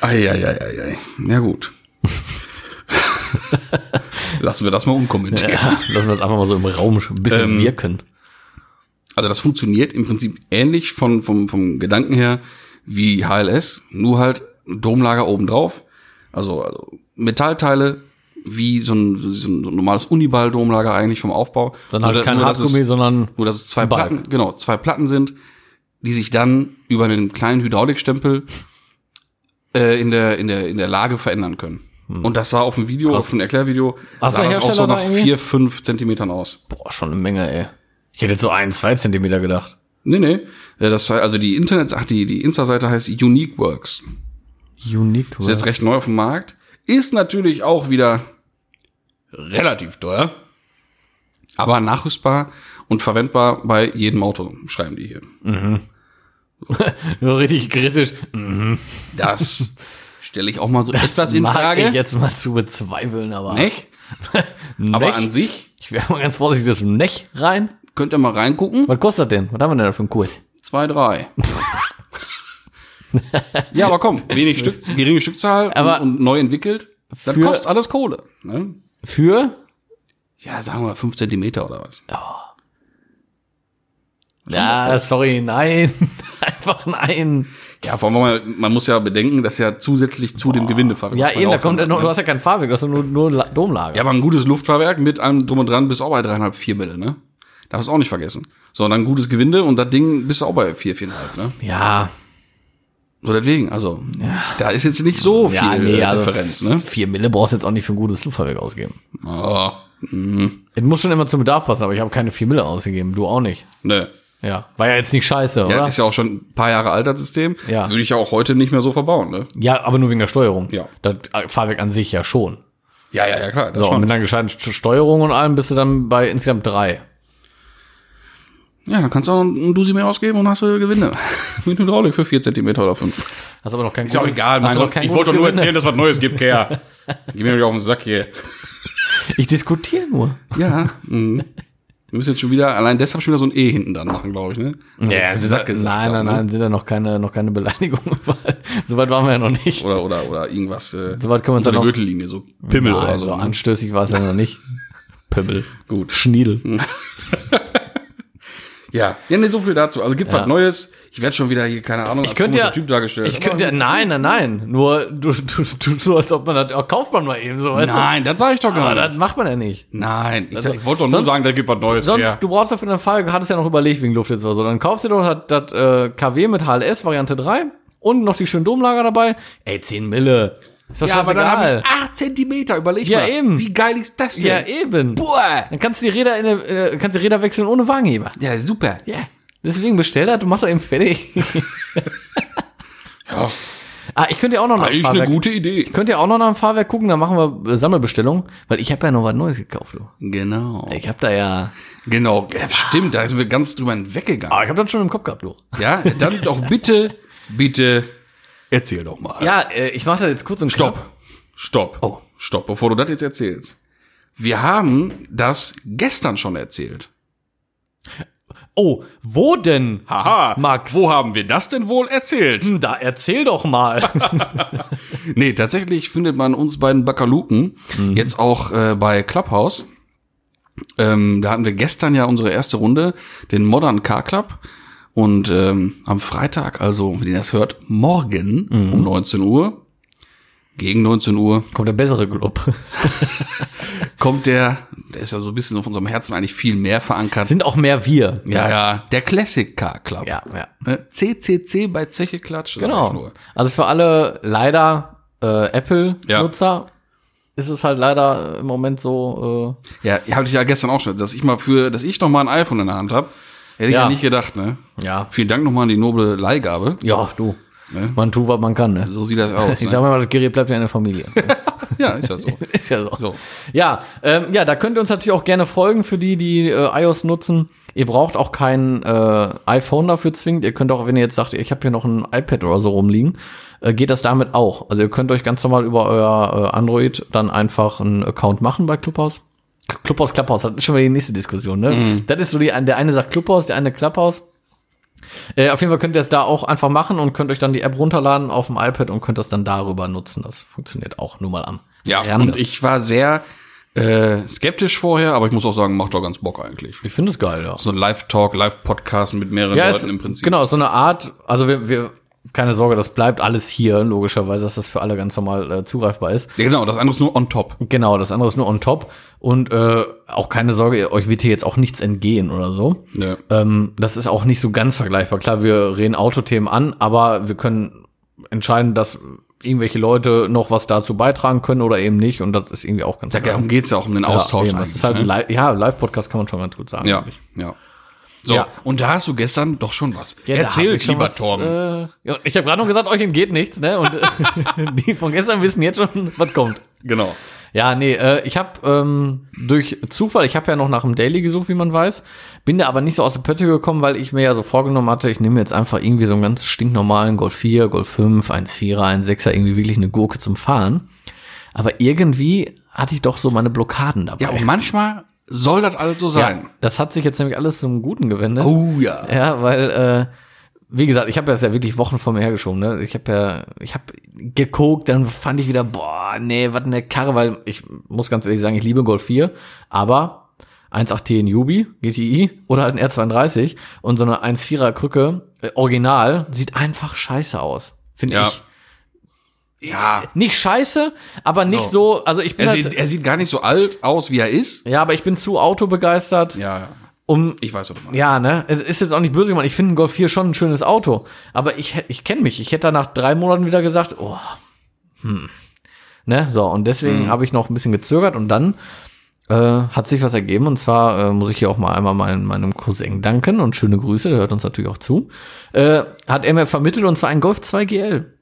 Speaker 1: Eieieiei. Ja gut. Lassen wir das mal unkommentieren.
Speaker 2: Lassen wir es einfach mal so im Raum ein bisschen
Speaker 1: Ähm,
Speaker 2: wirken.
Speaker 1: Also das funktioniert im Prinzip ähnlich von, vom, vom Gedanken her wie HLS, nur halt ein Domlager obendrauf. Also, also Metallteile wie so ein, so ein normales Uniball-Domlager eigentlich vom Aufbau.
Speaker 2: Dann halt
Speaker 1: Nur,
Speaker 2: kein
Speaker 1: nur, dass es-
Speaker 2: Hartgummi, sondern
Speaker 1: Nur dass es zwei
Speaker 2: Ein Balken.
Speaker 1: Platten, genau, zwei Platten sind, die sich dann über einen kleinen Hydraulikstempel äh, in der in der in der Lage verändern können.
Speaker 2: Hm.
Speaker 1: Und das sah auf dem Video, auf dem Erklärvideo,
Speaker 2: Hast
Speaker 1: sah
Speaker 2: du
Speaker 1: das auch
Speaker 2: Hersteller
Speaker 1: so
Speaker 2: da
Speaker 1: nach
Speaker 2: irgendwie?
Speaker 1: vier, fünf Zentimetern aus.
Speaker 2: boah, schon eine Menge, ey. Ich hätte jetzt so ein, zwei Zentimeter gedacht.
Speaker 1: Nee, nee. äh, Das sei- also die Internet, ach, die, die Insta-Seite heißt Unique Works.
Speaker 2: Unique.
Speaker 1: Ist jetzt recht neu auf dem Markt. Ist natürlich auch wieder relativ teuer. Aber nachrüstbar und verwendbar bei jedem Auto, schreiben die hier.
Speaker 2: Nur richtig kritisch.
Speaker 1: Das stelle ich auch mal so etwas in
Speaker 2: Mag ich
Speaker 1: Frage.
Speaker 2: jetzt mal zu bezweifeln, aber.
Speaker 1: Nicht?
Speaker 2: Nech?
Speaker 1: Aber an sich
Speaker 2: ich wäre mal ganz vorsichtig, das Nech rein.
Speaker 1: könnt ihr mal reingucken.
Speaker 2: Was kostet denn? Was haben wir denn da für einen Kurs?
Speaker 1: Zwei, drei. ja, aber komm, wenig Stück, geringe Stückzahl
Speaker 2: Aber
Speaker 1: und, und neu entwickelt. Das
Speaker 2: für-
Speaker 1: kostet alles Kohle. Ne?
Speaker 2: Für?
Speaker 1: Ja, sagen wir mal fünf Zentimeter oder was.
Speaker 2: Ja, Ah, sorry, nein. Einfach nein.
Speaker 1: Ja, vor allem, weil man, man muss ja bedenken, dass ja zusätzlich zu dem Gewindefahrwerk.
Speaker 2: Ja,
Speaker 1: was man
Speaker 2: eben, da
Speaker 1: auch
Speaker 2: kommt ja
Speaker 1: dran
Speaker 2: noch,
Speaker 1: hat,
Speaker 2: du
Speaker 1: ne?
Speaker 2: hast ja kein Fahrwerk, du hast ja nur, nur La- Domlager.
Speaker 1: Ja, aber ein gutes Luftfahrwerk mit allem drum und dran bist auch bei dreieinhalb, vier Bälle, ne? Darfst du auch nicht vergessen. Sondern ein gutes Gewinde und das Ding bist du auch bei vier, viereinhalb, ne?
Speaker 2: ja,
Speaker 1: So deswegen, also da ist jetzt nicht so viel
Speaker 2: ja
Speaker 1: äh,
Speaker 2: nee, also
Speaker 1: Differenz, ne?
Speaker 2: 4 Mille brauchst du jetzt auch nicht für ein gutes Luftfahrwerk ausgeben.
Speaker 1: Oh,
Speaker 2: Es muss schon immer zum Bedarf passen, aber ich habe keine 4 Mille ausgegeben, du auch nicht.
Speaker 1: ne.
Speaker 2: Ja, war ja jetzt nicht scheiße,
Speaker 1: Ja,
Speaker 2: oder?
Speaker 1: ist ja auch schon ein paar Jahre alt, das System.
Speaker 2: Ja.
Speaker 1: Würde ich ja auch heute nicht mehr so verbauen, ne?
Speaker 2: Ja, aber nur wegen der Steuerung.
Speaker 1: Ja.
Speaker 2: Das äh, Fahrwerk an sich ja schon.
Speaker 1: Ja, ja, ja, klar. Das
Speaker 2: So, und mit einer gescheiten St- Steuerung und allem bist du dann bei insgesamt drei.
Speaker 1: Ja, dann kannst du auch einen Dusi mehr ausgeben und hast du Gewinne. Mit Hydraulik für vier Zentimeter oder fünf.
Speaker 2: Hast aber noch kein Ist
Speaker 1: mein
Speaker 2: Hast
Speaker 1: Gott.
Speaker 2: aber kein
Speaker 1: Ich wollte doch nur
Speaker 2: gutes Gewinde.
Speaker 1: erzählen, dass was Neues gibt, Kerl. Geh mir doch auf den Sack hier.
Speaker 2: Ich diskutiere nur.
Speaker 1: Ja. Mhm. Wir müssen jetzt schon wieder, allein deshalb schon wieder so ein E hinten dran machen, glaube ich, ne?
Speaker 2: Ja,
Speaker 1: Sack
Speaker 2: Sack
Speaker 1: gesagt
Speaker 2: nein, nein,
Speaker 1: haben, ne?
Speaker 2: nein, sind ja noch keine, noch keine Beleidigungen. weil so weit waren wir ja noch nicht.
Speaker 1: Oder, oder, oder irgendwas. Äh,
Speaker 2: Soweit können wir uns
Speaker 1: so
Speaker 2: dann
Speaker 1: eine
Speaker 2: noch-
Speaker 1: Gürtellinie, so Pimmel
Speaker 2: Nein,
Speaker 1: oder so.
Speaker 2: so
Speaker 1: ne?
Speaker 2: anstößig war es ja noch nicht. Pöbel.
Speaker 1: Gut.
Speaker 2: Schniedel.
Speaker 1: Ja, ja nee, so viel dazu. Also gibt was Neues. Ich werde schon wieder hier, keine Ahnung, ich
Speaker 2: könnte ja-
Speaker 1: Typ dargestellt.
Speaker 2: Ich könnte ja, nein, nein, nein. Nur du, du, du so, als ob man das, ja, kauft man mal eben so, weißt
Speaker 1: Nein, das sage ich doch
Speaker 2: du?
Speaker 1: gar
Speaker 2: also- Aber
Speaker 1: nicht.
Speaker 2: das macht man ja nicht.
Speaker 1: Nein, ich, sag- ich wollte doch nur
Speaker 2: sonst-
Speaker 1: sagen, da gibt was Neues.
Speaker 2: Sonst,
Speaker 1: ja.
Speaker 2: du brauchst dafür eine Fahrwerk, hattest ja noch überlegt wegen Luft jetzt oder so. Dann kaufst du doch das, das äh, KW mit HLS Variante 3 und noch die schönen Domlager dabei. Ey, 10 Mille. Ist doch
Speaker 1: ja, aber dann habe
Speaker 2: scheißegal.
Speaker 1: ich 8 Zentimeter, überleg
Speaker 2: Ja,
Speaker 1: mal.
Speaker 2: eben.
Speaker 1: Wie geil ist das denn?
Speaker 2: Ja, eben.
Speaker 1: Boah.
Speaker 2: Dann kannst du die Räder in eine, äh, kannst die Räder wechseln ohne Wagenheber.
Speaker 1: Ja, super.
Speaker 2: Ja. Deswegen bestell das, du machst doch eben fertig.
Speaker 1: Ja.
Speaker 2: Ah, ich könnte ja auch noch nach dem
Speaker 1: Eigentlich eine
Speaker 2: Fahrwerk.
Speaker 1: gute Idee.
Speaker 2: Ich könnte ja auch noch nach dem Fahrwerk gucken, dann machen wir äh, Sammelbestellung, weil ich habe ja noch was Neues gekauft, du.
Speaker 1: Genau.
Speaker 2: Ich habe da ja.
Speaker 1: Genau, ja, stimmt, da sind wir ganz drüber hinweggegangen.
Speaker 2: Ah, ich habe das schon im Kopf gehabt, du.
Speaker 1: Ja, dann doch bitte, bitte erzähl doch mal.
Speaker 2: Ja, äh, ich mache das jetzt kurz und knapp.
Speaker 1: Stopp. Stopp. Oh, stopp, bevor du das jetzt erzählst. Wir haben das gestern schon erzählt.
Speaker 2: Oh, wo denn?
Speaker 1: Haha,
Speaker 2: Max.
Speaker 1: Wo haben wir das denn wohl erzählt?
Speaker 2: Da erzähl doch mal.
Speaker 1: Hm. Nee, tatsächlich findet man uns beiden Bakaluken jetzt auch äh, bei Clubhouse. Ähm, da hatten wir gestern ja unsere erste Runde, den Modern Car Club. Und ähm, am Freitag, also, wenn ihr das hört, morgen um 19 Uhr, gegen 19 Uhr,
Speaker 2: Kommt der bessere Club.
Speaker 1: kommt der, der ist ja so ein bisschen auf unserem Herzen eigentlich viel mehr verankert.
Speaker 2: Sind auch mehr wir.
Speaker 1: Ja, ja, der Classic Car Club.
Speaker 2: Ja, ja.
Speaker 1: Ne? CCC bei Zeche Klatsch. sag ich
Speaker 2: Genau.
Speaker 1: nur.
Speaker 2: Also für alle leider äh, Apple-Nutzer ist es halt leider im Moment so. Äh,
Speaker 1: Ja, hatte ich ja gestern auch schon, dass ich mal für, dass ich noch mal ein iPhone in der Hand habe. Hätte ich
Speaker 2: Ja.
Speaker 1: ja nicht gedacht, ne?
Speaker 2: Ja.
Speaker 1: Vielen Dank nochmal an die noble Leihgabe.
Speaker 2: Ja, du. Man tut, was man kann. Ne?
Speaker 1: So sieht das aus.
Speaker 2: Ich sag
Speaker 1: Ne?
Speaker 2: mal, das Gerät bleibt ja in der Familie.
Speaker 1: Ja, ist ja so.
Speaker 2: ist ja so.
Speaker 1: So.
Speaker 2: Ja, ähm, ja, da könnt ihr uns natürlich auch gerne folgen für die, die äh, iOS nutzen. Ihr braucht auch kein äh, iPhone dafür zwingend. Ihr könnt auch, wenn ihr jetzt sagt, ich habe hier noch ein iPad oder so rumliegen, äh, geht das damit auch. Also ihr könnt euch ganz normal über euer äh, Android dann einfach einen Account machen bei Clubhouse. Clubhouse, Clubhouse, das ist schon wieder die nächste Diskussion, ne? Das ist so die, ein- der eine sagt Clubhouse, der eine Clubhouse. Äh, auf jeden Fall könnt ihr es da auch einfach machen und könnt euch dann die App runterladen auf dem iPad und könnt das dann darüber nutzen. Das funktioniert auch nur mal am.
Speaker 1: Ja,
Speaker 2: Rande.
Speaker 1: und ich war sehr äh, skeptisch vorher, aber ich muss auch sagen, macht doch ganz Bock eigentlich.
Speaker 2: Ich finde es geil, ja.
Speaker 1: So ein Live-Talk, Live-Podcast mit mehreren
Speaker 2: ja,
Speaker 1: Leuten
Speaker 2: es-
Speaker 1: im Prinzip.
Speaker 2: Genau, so eine Art, also wir, wir, keine Sorge, das bleibt alles hier, logischerweise, dass das für alle ganz normal äh, zugreifbar ist.
Speaker 1: Ja, genau, das andere ist nur on top.
Speaker 2: Genau, das andere ist nur on top. Und äh, auch keine Sorge, euch wird hier jetzt auch nichts entgehen oder so.
Speaker 1: Ja.
Speaker 2: Ähm, das ist auch nicht so ganz vergleichbar. Klar, wir reden Autothemen an, aber wir können entscheiden, dass irgendwelche Leute noch was dazu beitragen können oder eben nicht. Und das ist irgendwie auch ganz
Speaker 1: Darum geht's ja auch um den Austausch.
Speaker 2: eben, das
Speaker 1: eigentlich,
Speaker 2: ist halt ein
Speaker 1: ne?
Speaker 2: Live, ja, Live-Podcast kann man schon ganz gut sagen.
Speaker 1: ja, ja. So,
Speaker 2: Ja.
Speaker 1: und da hast du gestern doch schon was.
Speaker 2: Ja, da
Speaker 1: Erzähl,
Speaker 2: hab ich schon
Speaker 1: lieber
Speaker 2: was,
Speaker 1: Torben.
Speaker 2: Äh, ja, ich habe gerade noch gesagt, euch entgeht nichts, ne? Und äh, die von gestern wissen jetzt schon, was kommt.
Speaker 1: genau.
Speaker 2: Ja, nee, äh, ich habe ähm, durch Zufall, ich habe ja noch nach dem Daily gesucht, wie man weiß, bin da aber nicht so aus der Pötte gekommen, weil ich mir ja so vorgenommen hatte, ich nehme jetzt einfach irgendwie so einen ganz stinknormalen Golf 4, Golf 5, 1,4er, 1,6er, irgendwie wirklich eine Gurke zum Fahren. Aber irgendwie hatte ich doch so meine Blockaden dabei.
Speaker 1: Ja, oh und manchmal soll das alles so sein.
Speaker 2: Ja, das hat sich jetzt nämlich alles zum Guten gewendet.
Speaker 1: Oh ja.
Speaker 2: Ja, weil, äh, wie gesagt, ich habe das ja wirklich Wochen vor mir hergeschoben. Ne? Ich habe ja, ich habe geguckt, dann fand ich wieder, boah, nee, was eine Karre, weil ich muss ganz ehrlich sagen, ich liebe Golf 4, aber 1.8T in Jubi, GTI oder halt ein R32 und so eine 1.4er Krücke, äh, original, sieht einfach scheiße aus, finde
Speaker 1: Ja.
Speaker 2: ich.
Speaker 1: Ja.
Speaker 2: Nicht scheiße, aber nicht so,
Speaker 1: So.
Speaker 2: also ich bin
Speaker 1: Er sieht,
Speaker 2: halt,
Speaker 1: er sieht gar nicht so alt aus, wie er ist.
Speaker 2: ja, aber ich bin zu autobegeistert,
Speaker 1: Ja,
Speaker 2: um
Speaker 1: ich weiß, was du meinst.
Speaker 2: Ja, ne? Es Ist jetzt auch nicht böse gemeint. Ich finde ein Golf 4 schon ein schönes Auto. Aber ich, hä- ich kenne mich. Ich hätte da nach drei Monaten wieder gesagt, oh, hm. Ne? So, und deswegen habe ich noch ein bisschen gezögert und dann äh, hat sich was ergeben. Und zwar äh, muss ich hier auch mal einmal mein, meinem Cousin danken und schöne Grüße, der hört uns natürlich auch zu. Äh, hat er mir vermittelt und zwar ein Golf 2 GL.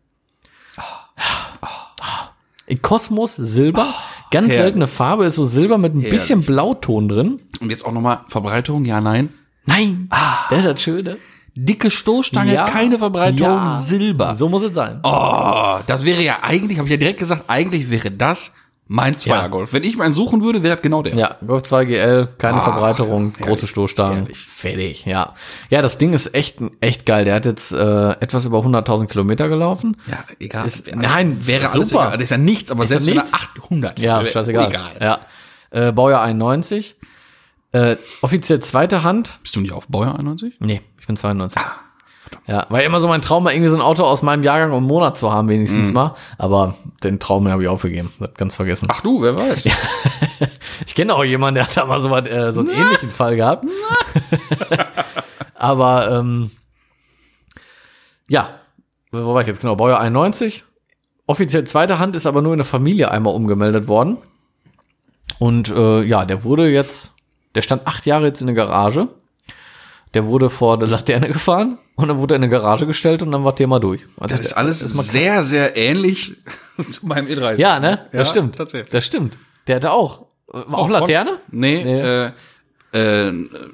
Speaker 2: In Kosmos Silber, ganz
Speaker 1: herrlich.
Speaker 2: seltene Farbe, ist so Silber mit ein bisschen Blauton drin.
Speaker 1: Und jetzt auch nochmal Verbreiterung, ja, nein.
Speaker 2: Nein, das ist das ne? Schöne.
Speaker 1: Dicke Stoßstange,
Speaker 2: Ja.
Speaker 1: keine Verbreiterung,
Speaker 2: Ja.
Speaker 1: Silber.
Speaker 2: So muss es sein.
Speaker 1: Oh, das wäre ja eigentlich, habe ich ja direkt gesagt, eigentlich wäre das mein Zweiergolf. Wenn ich meinen suchen würde, wäre das genau der.
Speaker 2: Ja, Golf 2 GL, keine
Speaker 1: Ah,
Speaker 2: Verbreiterung,
Speaker 1: herrlich,
Speaker 2: große Stoßstangen. Fertig, ja. Ja, das Ding ist echt, echt geil. Der hat jetzt äh, etwas über 100.000 Kilometer gelaufen.
Speaker 1: Ja, egal.
Speaker 2: Ist-
Speaker 1: Wäre
Speaker 2: nein,
Speaker 1: wäre alles
Speaker 2: super.
Speaker 1: egal. Das ist ja nichts, aber
Speaker 2: Ist
Speaker 1: selbst
Speaker 2: ja
Speaker 1: wenn er
Speaker 2: nichts.
Speaker 1: 800
Speaker 2: Ja,
Speaker 1: wäre
Speaker 2: scheißegal.
Speaker 1: egal.
Speaker 2: Ja. Äh, Baujahr 91. Äh, offiziell zweite Hand.
Speaker 1: Bist du nicht auf Bäuer 91?
Speaker 2: Nee, ich bin 92.
Speaker 1: Ah,
Speaker 2: ja, war ja immer so mein Traum, mal irgendwie so ein Auto aus meinem Jahrgang und Monat zu haben,
Speaker 1: Mhm.
Speaker 2: wenigstens mal. Aber den Traum habe ich aufgegeben. Das ganz vergessen.
Speaker 1: Ach du, wer weiß. Ja.
Speaker 2: Ich kenne auch jemanden, der hat da mal so, was, äh, so einen ähnlichen Fall gehabt. Aber ähm, ja, wo war ich jetzt genau? Baujahr 91. Offiziell zweite Hand ist aber nur in der Familie einmal umgemeldet worden. Und äh, ja, der wurde jetzt, der stand acht Jahre jetzt in der Garage. Der wurde vor eine Laterne gefahren und dann wurde er in eine Garage gestellt und dann war Thema durch. Also
Speaker 1: Das ist alles sehr, sehr ähnlich zu meinem E E30.
Speaker 2: ja, ne? Das stimmt.
Speaker 1: Tatsächlich.
Speaker 2: Das stimmt. Der hatte auch. äh, War auch Laterne?
Speaker 1: Nee,
Speaker 2: Nee.
Speaker 1: Äh, äh,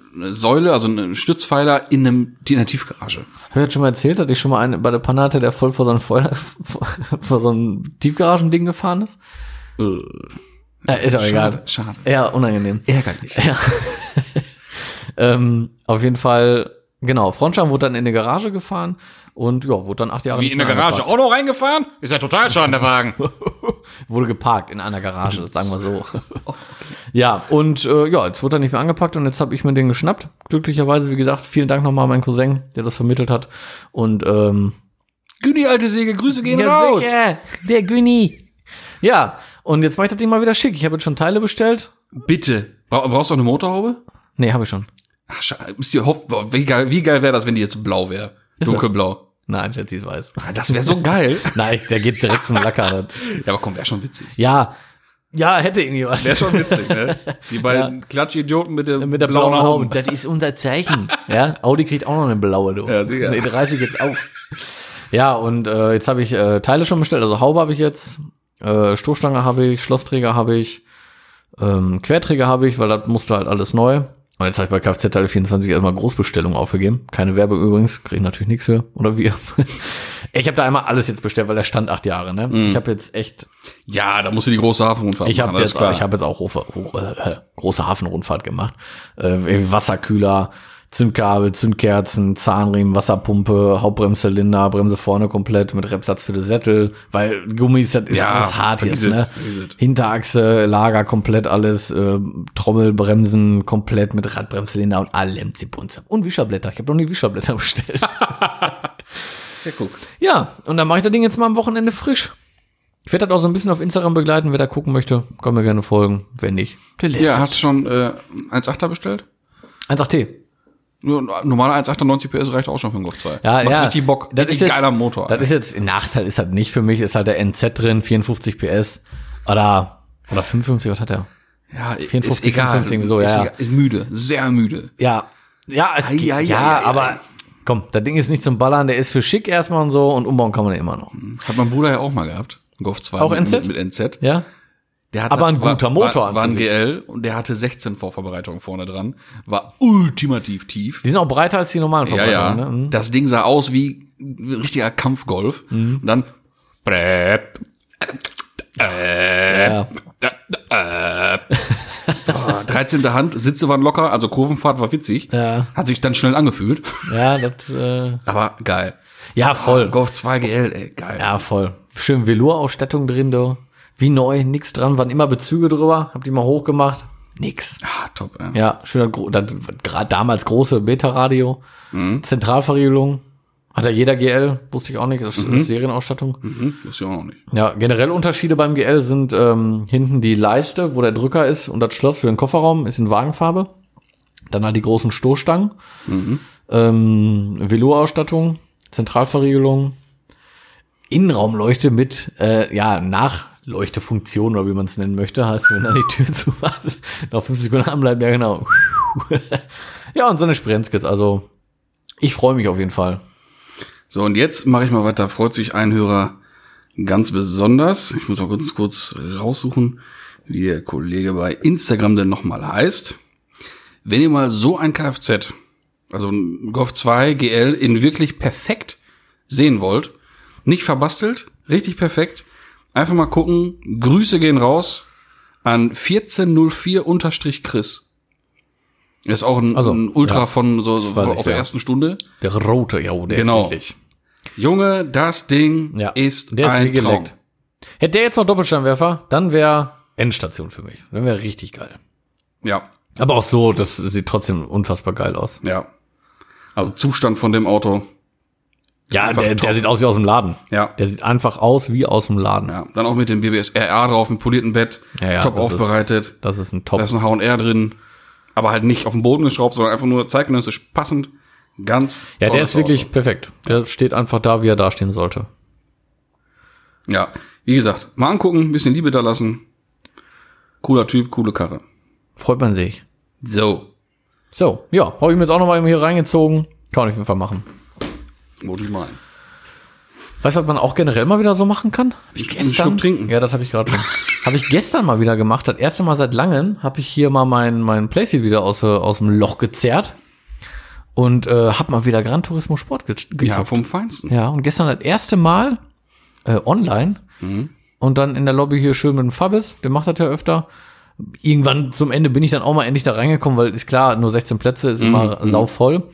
Speaker 1: eine Säule, also ein Stützpfeiler in, einem, in einer Tiefgarage.
Speaker 2: Hab ich jetzt schon mal erzählt, dass ich schon mal einen bei der Panne hatte, der voll vor so ein Feuer, vor, vor so ein Tiefgaragending gefahren ist. Ja, ist auch
Speaker 1: Äh. Schade,
Speaker 2: egal.
Speaker 1: schade.
Speaker 2: Ja, unangenehm.
Speaker 1: Ärgerlich.
Speaker 2: Ja. ähm, auf jeden Fall, genau, Frontscham wurde dann in eine Garage gefahren und ja, wurde dann acht Jahre.
Speaker 1: Wie
Speaker 2: nicht
Speaker 1: in der
Speaker 2: mehr
Speaker 1: Garage Auto reingefahren? Ist ja total schaden, der Wagen.
Speaker 2: angepackt. Wurde geparkt in einer Garage, sagen wir so. ja, und äh, ja, jetzt wurde er nicht mehr angepackt und jetzt habe ich mir den geschnappt. Glücklicherweise, wie gesagt, vielen Dank nochmal an meinen Cousin, der das vermittelt hat. Und ähm,
Speaker 1: Güni, alte Säge, Grüße gehen
Speaker 2: Ja,
Speaker 1: raus.
Speaker 2: sicher. Der Güni. Ja, und jetzt mache ich das Ding mal wieder schick. Ich habe jetzt schon Teile bestellt.
Speaker 1: Bitte. Bra brauchst du noch eine Motorhaube?
Speaker 2: Nee, habe ich schon.
Speaker 1: Ach, scha- ist die Hoff boah, wie geil, wie geil wäre das, wenn die jetzt blau wäre?
Speaker 2: so.
Speaker 1: Dunkelblau.
Speaker 2: Nein, Jetsi ist weiß.
Speaker 1: Ah, Das wäre so geil.
Speaker 2: Nein, der geht direkt zum Lacker.
Speaker 1: Ja, aber komm, wäre schon witzig.
Speaker 2: Ja, ja, hätte irgendwie was.
Speaker 1: Wäre schon witzig, ne? Die beiden Klatschidioten mit, dem
Speaker 2: Mit der blauen Haube. Das ist unser Zeichen. ja, Audi kriegt auch noch eine blaue, du.
Speaker 1: Ja, sicher.
Speaker 2: Nee, 30 jetzt auch. Ja, und äh, jetzt habe ich äh, Teile schon bestellt. Also Haube habe ich jetzt, äh, Stoßstange habe ich, Schlossträger habe ich, ähm, Querträger habe ich, weil das musste halt alles neu. Und jetzt habe ich bei Kfz-Teile 24 erstmal Großbestellungen aufgegeben. Keine Werbung übrigens, kriege ich natürlich nichts für. Oder wir. ich habe da einmal alles jetzt bestellt, weil der stand acht Jahre, ne? Ich habe jetzt echt
Speaker 1: Ja, da musst du die große Hafenrundfahrt
Speaker 2: ich habe
Speaker 1: das ist
Speaker 2: jetzt,
Speaker 1: klar.
Speaker 2: ich hab jetzt auch Hofe, Ho- äh, große Hafenrundfahrt gemacht. Äh, Wasserkühler, Zündkabel, Zündkerzen, Zahnriemen, Wasserpumpe, Hauptbremszylinder, Bremse vorne komplett mit Repsatz für den Sättel, weil Gummis, das ist
Speaker 1: Ja,
Speaker 2: alles hart
Speaker 1: vergiss
Speaker 2: jetzt.
Speaker 1: es,
Speaker 2: Ne?
Speaker 1: vergiss es.
Speaker 2: Hinterachse, Lager komplett alles, äh, Trommelbremsen komplett mit Radbremszylinder und allem Zibunzab. Und Wischerblätter. Ich habe noch nie Wischerblätter bestellt.
Speaker 1: ja, guck.
Speaker 2: Ja, und dann mache ich das Ding jetzt mal am Wochenende frisch. Ich werde das auch so ein bisschen auf Instagram begleiten. Wer da gucken möchte, kann mir gerne folgen. Wenn nicht, der lässt.
Speaker 1: ja, hast du schon äh, 1,8er bestellt?
Speaker 2: 1.8T.
Speaker 1: Nur ein Normaler 1,8er 90 PS reicht auch schon für einen Golf 2.
Speaker 2: Ja,
Speaker 1: Macht
Speaker 2: ja.
Speaker 1: richtig Bock.
Speaker 2: Das
Speaker 1: richtig
Speaker 2: ist jetzt,
Speaker 1: geiler Motor.
Speaker 2: Das ist jetzt, Nachteil ist halt nicht für mich, ist halt der NZ drin, 54 PS. Oder, oder 55, was hat er?
Speaker 1: ja,
Speaker 2: 54, 55, so,
Speaker 1: ist
Speaker 2: ja, ja.
Speaker 1: egal. Ist müde, sehr müde.
Speaker 2: Ja. Ja, es
Speaker 1: Ei,
Speaker 2: geht,
Speaker 1: ei,
Speaker 2: ja,
Speaker 1: ei, ei,
Speaker 2: aber
Speaker 1: ei.
Speaker 2: komm, das Ding ist nicht zum Ballern, der ist für schick erstmal und so und umbauen kann man den immer noch.
Speaker 1: Hat mein Bruder ja auch mal gehabt. Ein Golf 2
Speaker 2: Auch
Speaker 1: mit,
Speaker 2: NZ?
Speaker 1: Mit, mit NZ.
Speaker 2: Ja?
Speaker 1: Der hatte,
Speaker 2: Aber ein guter
Speaker 1: war,
Speaker 2: Motor
Speaker 1: War,
Speaker 2: an
Speaker 1: war ein
Speaker 2: sich.
Speaker 1: GL und der hatte 16 Vorverbereitungen vorne dran. War ultimativ tief.
Speaker 2: Die sind auch breiter als die normalen
Speaker 1: Ja, ja.
Speaker 2: Verbreitungen, ne? Mhm.
Speaker 1: Das Ding sah aus wie ein richtiger Kampfgolf. Und dann. Brett, äh,
Speaker 2: Ja.
Speaker 1: äh, boah, 13. Hand, Sitze waren locker, also Kurvenfahrt war witzig.
Speaker 2: Ja.
Speaker 1: Hat sich dann schnell angefühlt.
Speaker 2: Ja, das, äh,
Speaker 1: Aber geil.
Speaker 2: ja, voll.
Speaker 1: Golf 2 GL, ey, geil.
Speaker 2: Ja, voll. Schön Velour-Ausstattung drin, du. Wie neu, nix dran, waren immer Bezüge drüber, hab die mal hochgemacht. Nix.
Speaker 1: Ah, top, ey.
Speaker 2: Ja, schöner, gro- dann, gerade damals große Beta-Radio, Zentralverriegelung, hat ja jeder GL, wusste ich auch nicht, das ist ist Serienausstattung.
Speaker 1: Hm, wusste ich auch noch nicht.
Speaker 2: Ja, generell Unterschiede beim GL sind ähm, hinten die Leiste, wo der Drücker ist und das Schloss für den Kofferraum ist in Wagenfarbe. Dann halt die großen Stoßstangen, ähm, Velour-Ausstattung, Zentralverriegelung, Innenraumleuchte mit äh, ja, Nachleuchtefunktion oder wie man es nennen möchte, heißt, wenn dann die Tür zu machst, noch fünf Sekunden anbleiben, ja genau. ja, und so eine Sprenzkitz, also ich freue mich auf jeden Fall.
Speaker 1: So, und jetzt mache ich mal weiter. Freut sich ein Hörer ganz besonders. Ich muss mal kurz, kurz raussuchen, wie der Kollege bei Instagram denn nochmal heißt. Wenn ihr mal so ein Kfz, also ein Golf 2 GL, in wirklich perfekt sehen wollt, nicht verbastelt, richtig perfekt, einfach mal gucken. Grüße gehen raus an 1404-Chris. Er Ist auch ein,
Speaker 2: Also,
Speaker 1: ein Ultra
Speaker 2: ja.
Speaker 1: von so, so
Speaker 2: weiß
Speaker 1: aus
Speaker 2: ich,
Speaker 1: der
Speaker 2: ja.
Speaker 1: ersten Stunde.
Speaker 2: Der rote, ja, oh, der
Speaker 1: Genau.
Speaker 2: ist wirklich.
Speaker 1: Junge, das Ding
Speaker 2: Ja,
Speaker 1: ist
Speaker 2: der ist
Speaker 1: ein
Speaker 2: wie geleckt.
Speaker 1: Traum.
Speaker 2: Hätte der jetzt noch Doppelsteinwerfer, dann wäre Endstation für mich. Dann wäre richtig geil.
Speaker 1: Ja,
Speaker 2: Aber auch so, das sieht trotzdem unfassbar geil aus.
Speaker 1: ja. Also Zustand von dem Auto.
Speaker 2: Ja,
Speaker 1: Einfach
Speaker 2: der,
Speaker 1: top.
Speaker 2: der sieht aus wie aus dem Laden.
Speaker 1: Ja.
Speaker 2: Der sieht einfach aus wie aus dem Laden.
Speaker 1: ja. Dann auch mit dem BBS RR drauf, einem polierten Bett, top
Speaker 2: das
Speaker 1: aufbereitet.
Speaker 2: Ist, das ist ein
Speaker 1: da
Speaker 2: Top.
Speaker 1: ist ein H&R drin, aber halt nicht auf den Boden geschraubt, sondern einfach nur zeitgenössisch passend. Ganz
Speaker 2: ja, der
Speaker 1: tolles
Speaker 2: ist wirklich
Speaker 1: Auto.
Speaker 2: perfekt. Der steht einfach da, wie er dastehen sollte.
Speaker 1: Ja, wie gesagt, mal angucken, ein bisschen Liebe da lassen. Cooler Typ, coole Karre.
Speaker 2: Freut man sich.
Speaker 1: So.
Speaker 2: So, ja, habe ich mir jetzt auch nochmal hier reingezogen. Kann man auf jeden Fall machen.
Speaker 1: Wo die meinen.
Speaker 2: Weißt du, was man auch generell mal wieder so machen kann? Hab
Speaker 1: Einen Schluck- einen Schluck trinken.
Speaker 2: Ja, das habe ich gerade schon. habe ich gestern mal wieder gemacht. Das erste Mal seit langem habe ich hier mal mein, mein Playseat wieder aus, äh, aus dem Loch gezerrt. Und äh, habe mal wieder Gran Turismo Sport ge
Speaker 1: Ja,
Speaker 2: gezockt.
Speaker 1: vom Feinsten.
Speaker 2: Ja, und gestern das erste Mal äh, online und dann in der Lobby hier schön mit dem Fabis, der macht das ja öfter. Irgendwann zum Ende bin ich dann auch mal endlich da reingekommen, weil ist klar, nur 16 Plätze ist immer sau voll.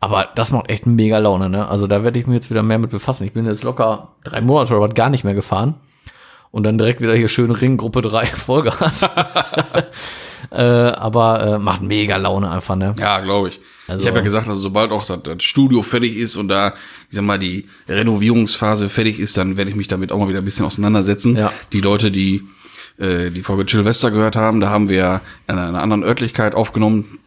Speaker 2: Aber das macht echt mega Laune, ne? Also da werde ich mich jetzt wieder mehr mit befassen. Ich bin jetzt locker drei Monate oder was gar nicht mehr gefahren. Und dann direkt wieder hier schön Ring, Gruppe 3, Vollgas. äh, aber äh, macht mega Laune einfach, ne?
Speaker 1: Ja, glaube ich.
Speaker 2: Also-
Speaker 1: ich habe ja gesagt, also sobald auch das, das Studio fertig ist und da, ich sag mal, die Renovierungsphase fertig ist, dann werde ich mich damit auch mal wieder ein bisschen auseinandersetzen.
Speaker 2: Ja.
Speaker 1: Die Leute, die äh, die Folge Chillvester gehört haben, da haben wir an einer anderen Örtlichkeit aufgenommen.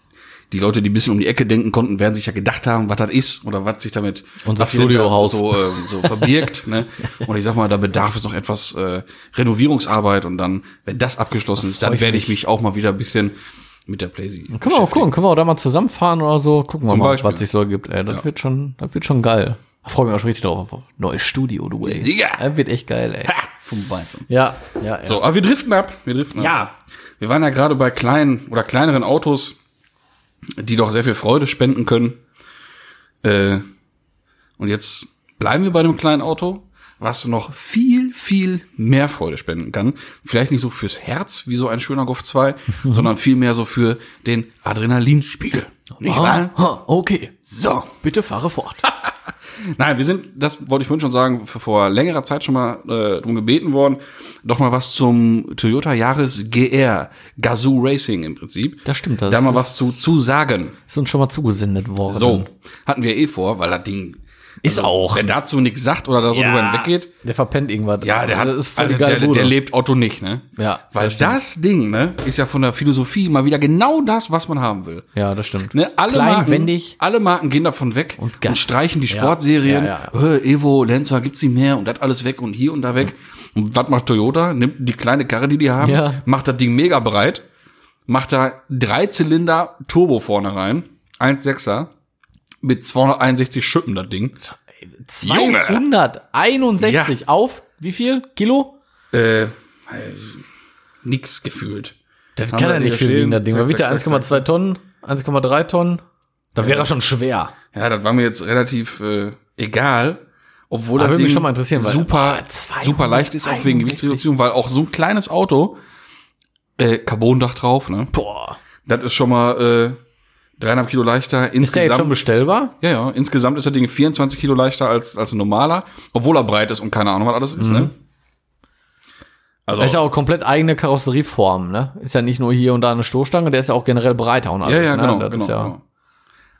Speaker 1: Die Leute, die ein bisschen um die Ecke denken konnten, werden sich ja gedacht haben, was das ist oder was sich damit
Speaker 2: Unser
Speaker 1: was sich damit
Speaker 2: Studiohaus.
Speaker 1: so, ähm, so verbirgt. ne? Und ich sag mal, da bedarf es noch etwas äh, Renovierungsarbeit und dann, wenn das abgeschlossen ist,
Speaker 2: freu
Speaker 1: dann
Speaker 2: ich
Speaker 1: werde ich mich auch mal wieder ein bisschen mit der Playsee
Speaker 2: Können wir auch gucken, können wir auch da mal zusammenfahren oder so. Gucken
Speaker 1: Zum
Speaker 2: wir mal,
Speaker 1: Beispiel.
Speaker 2: was sich so ergibt. Ey, das wird schon, das wird schon geil. Da freue mich auch schon richtig drauf. auf Neues Studio, du ey.
Speaker 1: Sieger.
Speaker 2: Das wird echt geil, ey.
Speaker 1: Vom Weizen.
Speaker 2: Ja, ja, ja.
Speaker 1: So, aber wir driften ab. Wir driften ab.
Speaker 2: Ja.
Speaker 1: Wir waren ja gerade bei kleinen oder kleineren Autos, die doch sehr viel Freude spenden können. Äh, und jetzt bleiben wir bei einem kleinen Auto, was noch viel, viel mehr Freude spenden kann. Vielleicht nicht so fürs Herz, wie so ein schöner Golf 2, sondern vielmehr so für den Adrenalinspiegel. Nicht wahr?
Speaker 2: Ah, okay.
Speaker 1: So.
Speaker 2: Bitte fahre fort.
Speaker 1: Nein, wir sind, das wollte ich vorhin schon sagen, vor- vor längerer Zeit schon mal äh, drum gebeten worden, doch mal was zum Toyota Yaris GR, Gazoo Racing im Prinzip.
Speaker 2: Das stimmt, das
Speaker 1: da mal
Speaker 2: ist-
Speaker 1: was zu, zu sagen.
Speaker 2: Ist uns schon mal zugesendet worden.
Speaker 1: So, hatten wir eh vor, weil das Ding also,
Speaker 2: Ist auch.
Speaker 1: Wer dazu nichts sagt oder da so drüber hinweggeht,
Speaker 2: Der verpennt irgendwas.
Speaker 1: ja, der hat,
Speaker 2: Das ist voll
Speaker 1: also
Speaker 2: die geile
Speaker 1: der, der
Speaker 2: Bude.
Speaker 1: lebt Otto nicht, ne?
Speaker 2: Ja,
Speaker 1: Weil
Speaker 2: das stimmt.
Speaker 1: das Ding, ne, ist ja von der Philosophie mal wieder genau das, was man haben will.
Speaker 2: Ja, das stimmt.
Speaker 1: Ne, alle, Marken,
Speaker 2: Kleinwendig.
Speaker 1: alle Marken gehen davon weg und,
Speaker 2: Gas.
Speaker 1: streichen die Sportserien.
Speaker 2: ja,
Speaker 1: Äh, Evo, Lancer gibt's nicht mehr und das alles weg und hier und da weg. Und was macht Toyota? Nimmt die kleine Karre, die die haben,
Speaker 2: Ja.
Speaker 1: macht das Ding mega breit, macht da drei Zylinder Turbo vorne rein, 1,6er, mit 261 Schippen das Ding.
Speaker 2: 261 auf wie viel Kilo?
Speaker 1: Äh, nix gefühlt.
Speaker 2: Das
Speaker 1: Haben
Speaker 2: kann
Speaker 1: wir
Speaker 2: ja
Speaker 1: die
Speaker 2: nicht viel
Speaker 1: stehen.
Speaker 2: wiegen, das Ding.
Speaker 1: Zack,
Speaker 2: Was wiegt der
Speaker 1: zack, zack,
Speaker 2: 1,2 Tonnen? 1,3 Tonnen? Da wäre er schon schwer.
Speaker 1: Ja, das war mir jetzt relativ äh, egal. Obwohl
Speaker 2: Aber
Speaker 1: das
Speaker 2: würde mich
Speaker 1: Ding
Speaker 2: schon mal interessieren, weil-
Speaker 1: super,
Speaker 2: Ah,
Speaker 1: super leicht ist, auch wegen
Speaker 2: 261.
Speaker 1: Gewichtsreduktion, weil auch so ein kleines Auto, äh, Carbondach drauf, ne?
Speaker 2: Boah.
Speaker 1: Das ist schon mal äh, dreieinhalb Kilo leichter.
Speaker 2: Ist der jetzt schon
Speaker 1: Insgesamt,
Speaker 2: bestellbar?
Speaker 1: ja, ja, insgesamt ist das Ding 24 Kilo leichter als, als ein normaler, obwohl er breit ist und keine Ahnung, was alles ist, ne? Also,
Speaker 2: Das Mhm. ist ja auch komplett eigene Karosserieform, ne? Ist ja nicht nur hier und da eine Stoßstange, der ist ja auch generell breiter und alles,
Speaker 1: ja, ja,
Speaker 2: ne?
Speaker 1: genau,
Speaker 2: das
Speaker 1: genau,
Speaker 2: ist ja,
Speaker 1: genau.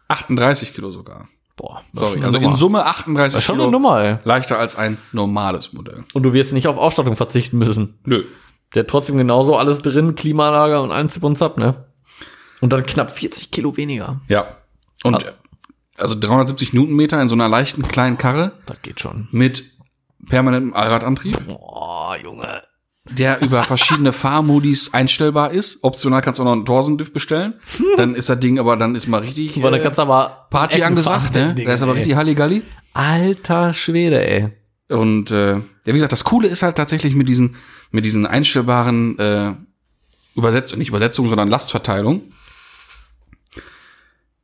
Speaker 1: 38 Kilo sogar.
Speaker 2: boah, das
Speaker 1: Sorry.
Speaker 2: ist schon eine
Speaker 1: Also in
Speaker 2: Nummer.
Speaker 1: Summe 38
Speaker 2: schon
Speaker 1: Kilo
Speaker 2: eine Nummer, ey.
Speaker 1: leichter als ein normales Modell.
Speaker 2: Und du wirst nicht auf Ausstattung verzichten müssen.
Speaker 1: Nö.
Speaker 2: Der hat trotzdem genauso alles drin, Klimaanlage und allen Zip und Zap, ne? Und dann knapp 40 Kilo weniger.
Speaker 1: Ja. Und
Speaker 2: Ah.
Speaker 1: äh, also 370 Newtonmeter in so einer leichten kleinen Karre
Speaker 2: Das geht schon.
Speaker 1: mit permanentem Allradantrieb,
Speaker 2: Boah, Junge.
Speaker 1: der über verschiedene Fahrmodis einstellbar ist. Optional kannst du auch noch einen Torsendiff bestellen. Dann ist das Ding aber, dann ist mal richtig
Speaker 2: Aber da
Speaker 1: äh,
Speaker 2: kannst du aber
Speaker 1: Party
Speaker 2: Ecken
Speaker 1: angesagt,
Speaker 2: fahren,
Speaker 1: ne?
Speaker 2: Ding,
Speaker 1: Da ist aber
Speaker 2: ey.
Speaker 1: richtig Halligalli.
Speaker 2: Alter Schwede, ey.
Speaker 1: Und äh, ja, wie gesagt, das Coole ist halt tatsächlich mit diesen, mit diesen einstellbaren äh, Übersetzungen, nicht Übersetzungen, sondern Lastverteilung.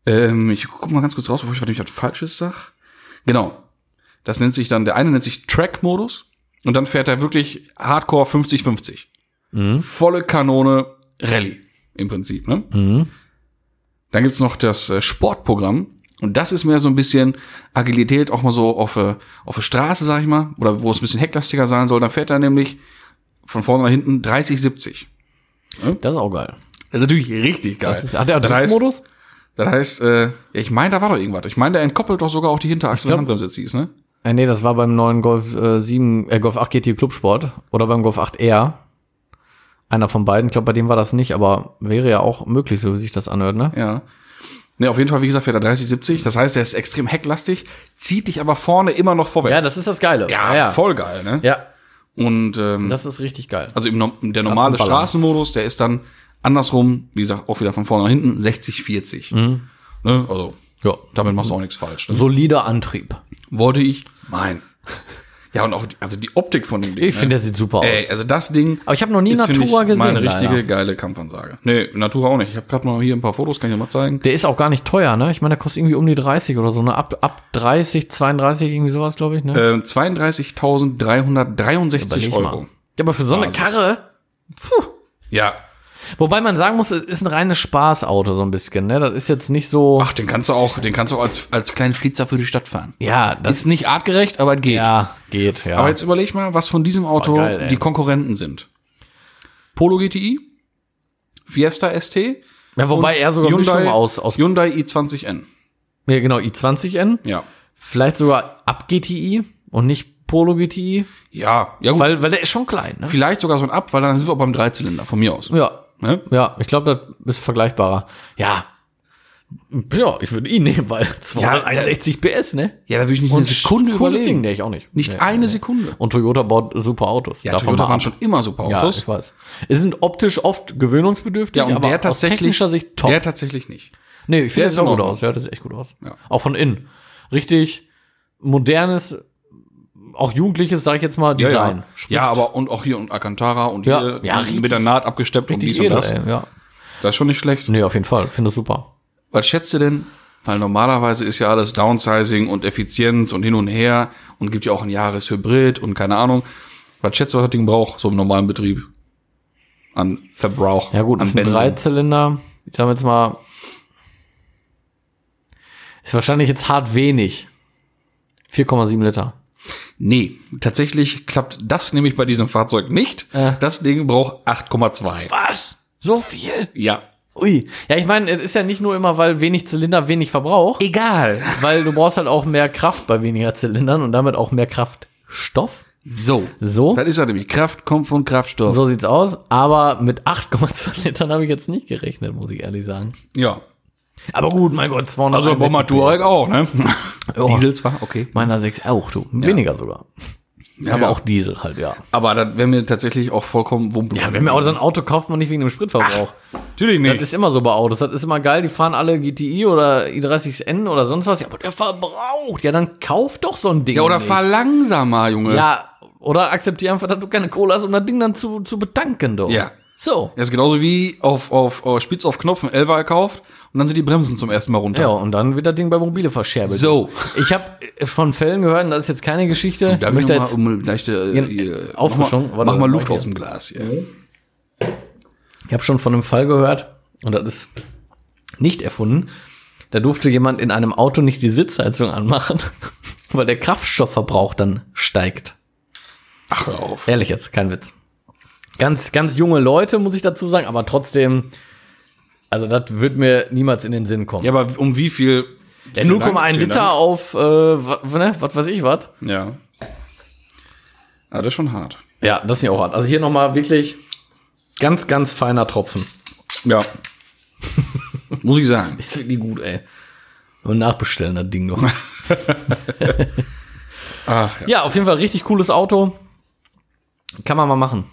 Speaker 1: Ähm, ich guck mal ganz kurz raus, bevor ich nämlich was Falsches sag. Genau. Das nennt sich dann, der eine nennt sich Track-Modus und dann fährt er wirklich Hardcore 50-50. Volle Kanone Rallye im Prinzip, ne? Dann gibt's noch das äh, Sportprogramm. Und das ist mehr so ein bisschen Agilität, auch mal so auf, äh, auf der Straße, sag ich mal, oder wo es ein bisschen hecklastiger sein soll. Dann fährt er nämlich von vorne nach hinten 30, 70.
Speaker 2: Das ist auch geil.
Speaker 1: Das ist natürlich richtig geil.
Speaker 2: Das ist, hat der
Speaker 1: das heißt,
Speaker 2: Driftmodus?
Speaker 1: das heißt äh, ich meine, da war doch irgendwas. Ich meine, der entkoppelt doch sogar auch die Hinterachse, wenn
Speaker 2: glaub-
Speaker 1: Handbremse ziehst, ne?
Speaker 2: Äh, nee, das war beim neuen Golf äh, 7, äh, Golf 8 GT Clubsport oder beim Golf 8R. Einer von beiden. Ich glaube, bei dem war das nicht, aber wäre ja auch möglich, so wie sich das anhört, ne?
Speaker 1: Ja. Ne, auf jeden Fall, wie gesagt, fährt er 30, 70. Das heißt, er ist extrem hecklastig, zieht dich aber vorne immer noch vorwärts.
Speaker 2: ist das Geile.
Speaker 1: ja,
Speaker 2: Ja, ja.
Speaker 1: voll geil, ne?
Speaker 2: Ja,
Speaker 1: Und ähm,
Speaker 2: das ist richtig geil.
Speaker 1: Also im, Norm- der normale
Speaker 2: zum Ballern.
Speaker 1: Straßenmodus, der ist dann Andersrum, wie gesagt, auch wieder von vorne nach hinten, 60-40. Ne? Also,
Speaker 2: Mhm. Ja.
Speaker 1: damit machst du auch nichts falsch. Ne?
Speaker 2: Solider Antrieb.
Speaker 1: Wollte ich? Nein. Ja, und auch die, also die Optik von dem Ding.
Speaker 2: Ich finde, der sieht super aus.
Speaker 1: Ey, also das Ding.
Speaker 2: Aber ich habe noch nie
Speaker 1: ist, finde
Speaker 2: Natura
Speaker 1: ich,
Speaker 2: gesehen,
Speaker 1: Meine richtige
Speaker 2: leider.
Speaker 1: geile Kampfansage. Nee, Natura auch nicht. Ich habe gerade mal hier ein paar Fotos, kann ich dir mal zeigen.
Speaker 2: Der ist auch gar nicht teuer, ne? Ich meine, der kostet irgendwie um die 30 oder so, ne? Ab, ab 30, 32, irgendwie sowas, glaube ich, ne?
Speaker 1: Ähm, 32.363
Speaker 2: Überleg
Speaker 1: Euro.
Speaker 2: mal. Ja, aber für so eine
Speaker 1: Basis.
Speaker 2: Karre,
Speaker 1: Ja.
Speaker 2: wobei man sagen muss, es ist ein reines Spaßauto so ein bisschen, ne? Das ist jetzt nicht so,
Speaker 1: Ach, den kannst du auch, den kannst du auch als, als kleinen Flitzer für die Stadt fahren.
Speaker 2: ja, das
Speaker 1: Ist nicht artgerecht, aber geht.
Speaker 2: ja, geht, ja.
Speaker 1: Aber jetzt überleg mal, was von diesem Auto
Speaker 2: Oh, geil, ey.
Speaker 1: die Konkurrenten sind. Polo GTI, Fiesta ST,
Speaker 2: ja, wobei er sogar Mischung
Speaker 1: Hyundai,
Speaker 2: aus aus
Speaker 1: Hyundai i20N.
Speaker 2: ja, genau, i20N,
Speaker 1: Ja.
Speaker 2: vielleicht sogar ab GTI und nicht Polo GTI,
Speaker 1: Ja, ja gut.
Speaker 2: weil weil der ist schon klein, ne?
Speaker 1: Vielleicht sogar so ein Ab, weil dann sind wir auch beim Dreizylinder, von mir aus.
Speaker 2: Ja.
Speaker 1: Ne?
Speaker 2: Ja, ich glaube, das ist vergleichbarer. Ja. Ja, ich würde ihn nehmen, weil 261 PS, ne?
Speaker 1: Ja, da würde ich nicht eine Sekunde
Speaker 2: Cooles Ding,
Speaker 1: überlegen.
Speaker 2: nee, ich auch nicht.
Speaker 1: Nicht
Speaker 2: Nee.
Speaker 1: eine Sekunde.
Speaker 2: Und Toyota baut super Autos.
Speaker 1: Ja, Davon
Speaker 2: mal
Speaker 1: waren
Speaker 2: ab.
Speaker 1: schon immer super
Speaker 2: Ja,
Speaker 1: Autos.
Speaker 2: ich weiß. Es sind optisch oft gewöhnungsbedürftig,
Speaker 1: Ja, und der tatsächlich-
Speaker 2: aus technischer Sicht top.
Speaker 1: Der tatsächlich nicht.
Speaker 2: nee, ich
Speaker 1: der
Speaker 2: finde das
Speaker 1: ist in
Speaker 2: sieht gut
Speaker 1: Ordnung.
Speaker 2: aus. Ja, das sieht echt gut aus.
Speaker 1: Ja.
Speaker 2: Auch von innen. Richtig modernes, auch jugendliches, sage ich jetzt mal, Design.
Speaker 1: Ja, ja. ja, aber und auch hier und Alcantara und
Speaker 2: Ja,
Speaker 1: hier äh,
Speaker 2: ja, richtig.
Speaker 1: mit der Naht abgesteppt und
Speaker 2: Richtig
Speaker 1: dies und
Speaker 2: edel,
Speaker 1: das.
Speaker 2: ey, ja.
Speaker 1: Das ist schon nicht schlecht.
Speaker 2: Nee, auf jeden Fall. Finde das super.
Speaker 1: Was schätzt du denn? Weil normalerweise ist ja alles Downsizing und Effizienz und hin und her und gibt ja auch ein Jahreshybrid und keine Ahnung. Was schätzt du, was das Ding braucht, so im normalen Betrieb? An Verbrauch.
Speaker 2: Ja gut,
Speaker 1: an
Speaker 2: ist ein
Speaker 1: Benzin.
Speaker 2: Dreizylinder, ich sag jetzt mal, ist wahrscheinlich jetzt hart wenig. 4,7 Liter.
Speaker 1: Nee, tatsächlich klappt das nämlich bei diesem Fahrzeug nicht.
Speaker 2: Äh.
Speaker 1: Das Ding braucht 8,2.
Speaker 2: Was? So viel?
Speaker 1: Ja.
Speaker 2: Ui. Ja, ich meine, es ist ja nicht nur immer, weil wenig Zylinder wenig Verbrauch,
Speaker 1: Egal.
Speaker 2: weil du brauchst halt auch mehr Kraft bei weniger Zylindern und damit auch mehr Kraftstoff.
Speaker 1: So.
Speaker 2: So.
Speaker 1: Das ist ja nämlich Kraft kommt von Kraftstoff.
Speaker 2: So sieht's aus, aber mit 8,2 Litern habe ich jetzt nicht gerechnet, muss ich ehrlich sagen.
Speaker 1: Ja.
Speaker 2: Aber gut, mein Gott, 200.
Speaker 1: Also braucht man Touareg auch, ne? Diesel zwar, okay.
Speaker 2: Meiner 6 auch, du. Weniger sogar. aber
Speaker 1: ja.
Speaker 2: auch Diesel halt, ja.
Speaker 1: Aber das wäre mir tatsächlich auch vollkommen wumpe.
Speaker 2: Ja, wenn wir auch so ein Auto kauft man nicht wegen dem Spritverbrauch.
Speaker 1: natürlich
Speaker 2: das ist immer so bei Autos. Das ist immer geil. Die fahren alle GTI oder i30N oder sonst was. Ja, aber der verbraucht. Ja, dann kauf doch so ein Ding.
Speaker 1: Ja, oder
Speaker 2: nicht.
Speaker 1: fahr langsamer, Junge.
Speaker 2: Ja, oder akzeptier einfach, dass du keine Kohle hast, um das Ding dann zu, zu betanken, doch.
Speaker 1: Ja.
Speaker 2: So.
Speaker 1: Das ist genauso wie auf, auf, auf Spitz auf Knopf ein Elfer gekauft und dann sind die Bremsen zum ersten Mal runter.
Speaker 2: Ja, und dann wird das Ding bei Mobile verscherbelt.
Speaker 1: So.
Speaker 2: Ich habe von Fällen gehört, und das ist jetzt keine
Speaker 1: Da
Speaker 2: Geschichte. ich
Speaker 1: bin ich
Speaker 2: möchte
Speaker 1: mal
Speaker 2: jetzt
Speaker 1: um leichte äh, hier,
Speaker 2: Auffrischung.
Speaker 1: Mach mal,
Speaker 2: Warte,
Speaker 1: mach mal
Speaker 2: warte,
Speaker 1: Luft
Speaker 2: hier.
Speaker 1: aus dem Glas hier. um-
Speaker 2: Ich habe schon von einem Fall gehört, und das ist nicht erfunden. Da durfte jemand in einem Auto nicht die Sitzheizung anmachen, weil der Kraftstoffverbrauch dann steigt.
Speaker 1: Ach, hör auf.
Speaker 2: Ehrlich jetzt, kein Witz. Ganz, ganz junge Leute, muss ich dazu sagen, aber trotzdem, also das wird mir niemals in den Sinn kommen.
Speaker 1: Ja, aber um wie viel?
Speaker 2: Ja,
Speaker 1: Vielen
Speaker 2: 0,1
Speaker 1: Dank, vielen
Speaker 2: Liter auf, äh, wa- ne, was weiß ich was.
Speaker 1: Dank. Ja. Ah, das ist schon hart.
Speaker 2: Ja, das ist ja auch hart. Also hier nochmal wirklich ganz, ganz feiner Tropfen.
Speaker 1: Ja. Muss ich sagen.
Speaker 2: Das ist wirklich gut, ey. Und nachbestellen, das Ding noch.
Speaker 1: Ach, ja.
Speaker 2: Ja, auf jeden Fall richtig cooles Auto. Kann man mal machen.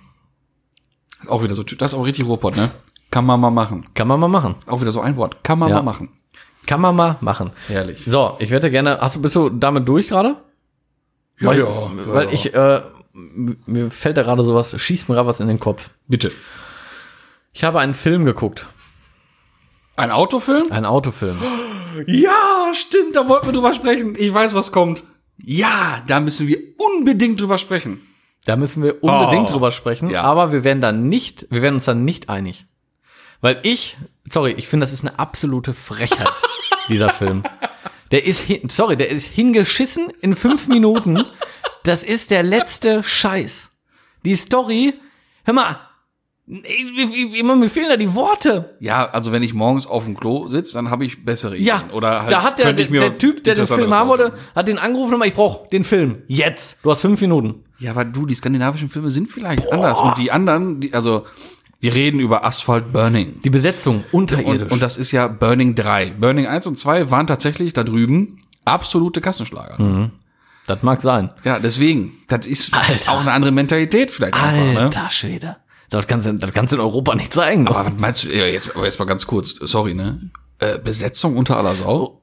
Speaker 1: Ist Auch wieder so, das ist auch richtig Ruhrpott, ne? Kann man mal machen.
Speaker 2: Kann man mal machen.
Speaker 1: Auch wieder so ein Wort. Kann man
Speaker 2: Ja.
Speaker 1: mal machen.
Speaker 2: Kann man mal machen.
Speaker 1: Herrlich.
Speaker 2: So, ich wette gerne, hast du, bist du damit durch gerade?
Speaker 1: Ja,
Speaker 2: weil,
Speaker 1: ja.
Speaker 2: Weil ich, äh, m- mir fällt da gerade sowas, schießt mir gerade was in den Kopf.
Speaker 1: Bitte.
Speaker 2: Ich habe einen Film geguckt.
Speaker 1: Ein Autofilm?
Speaker 2: Einen Autofilm.
Speaker 1: Ja, stimmt, da wollten wir drüber sprechen. Ich weiß, was kommt. Ja, da müssen wir unbedingt drüber sprechen.
Speaker 2: Da müssen wir unbedingt
Speaker 1: Oh.
Speaker 2: drüber sprechen,
Speaker 1: Ja.
Speaker 2: aber wir werden dann nicht, wir werden uns dann nicht einig. Weil ich, sorry, ich finde, das ist eine absolute Frechheit, dieser Film. Der ist, hin, sorry, der ist hingeschissen in fünf Minuten. Das ist der letzte Scheiß. Die Story, hör mal, ich, ich, ich, immer mir fehlen da die Worte.
Speaker 1: Ja, also wenn ich morgens auf dem Klo sitze, dann habe ich bessere Ideen.
Speaker 2: Ja,
Speaker 1: Oder halt
Speaker 2: da hat der,
Speaker 1: könnte
Speaker 2: der,
Speaker 1: ich mir
Speaker 2: der Typ, der den Film
Speaker 1: Interessanteres
Speaker 2: haben wollte,
Speaker 1: ausdenken.
Speaker 2: hat den angerufen und mal, ich brauche den Film. Jetzt. Du hast fünf Minuten.
Speaker 1: Ja, aber du, die skandinavischen Filme sind vielleicht anders. Und die anderen, die, also, die reden über Asphalt Burning.
Speaker 2: Die Besetzung unterirdisch.
Speaker 1: Und, und das ist ja Burning 3. Burning 1 und 2 waren tatsächlich da drüben absolute Kassenschlager.
Speaker 2: das mag sein.
Speaker 1: Ja, deswegen, das ist
Speaker 2: Alter.
Speaker 1: auch eine andere Mentalität vielleicht einfach. Ne?
Speaker 2: Alter Schwede. Das kannst du, das kannst du in Europa nicht zeigen.
Speaker 1: Aber was meinst du, ja, jetzt, aber jetzt mal ganz kurz, sorry, ne? Äh, Besetzung unter aller
Speaker 2: Oh,
Speaker 1: Sau?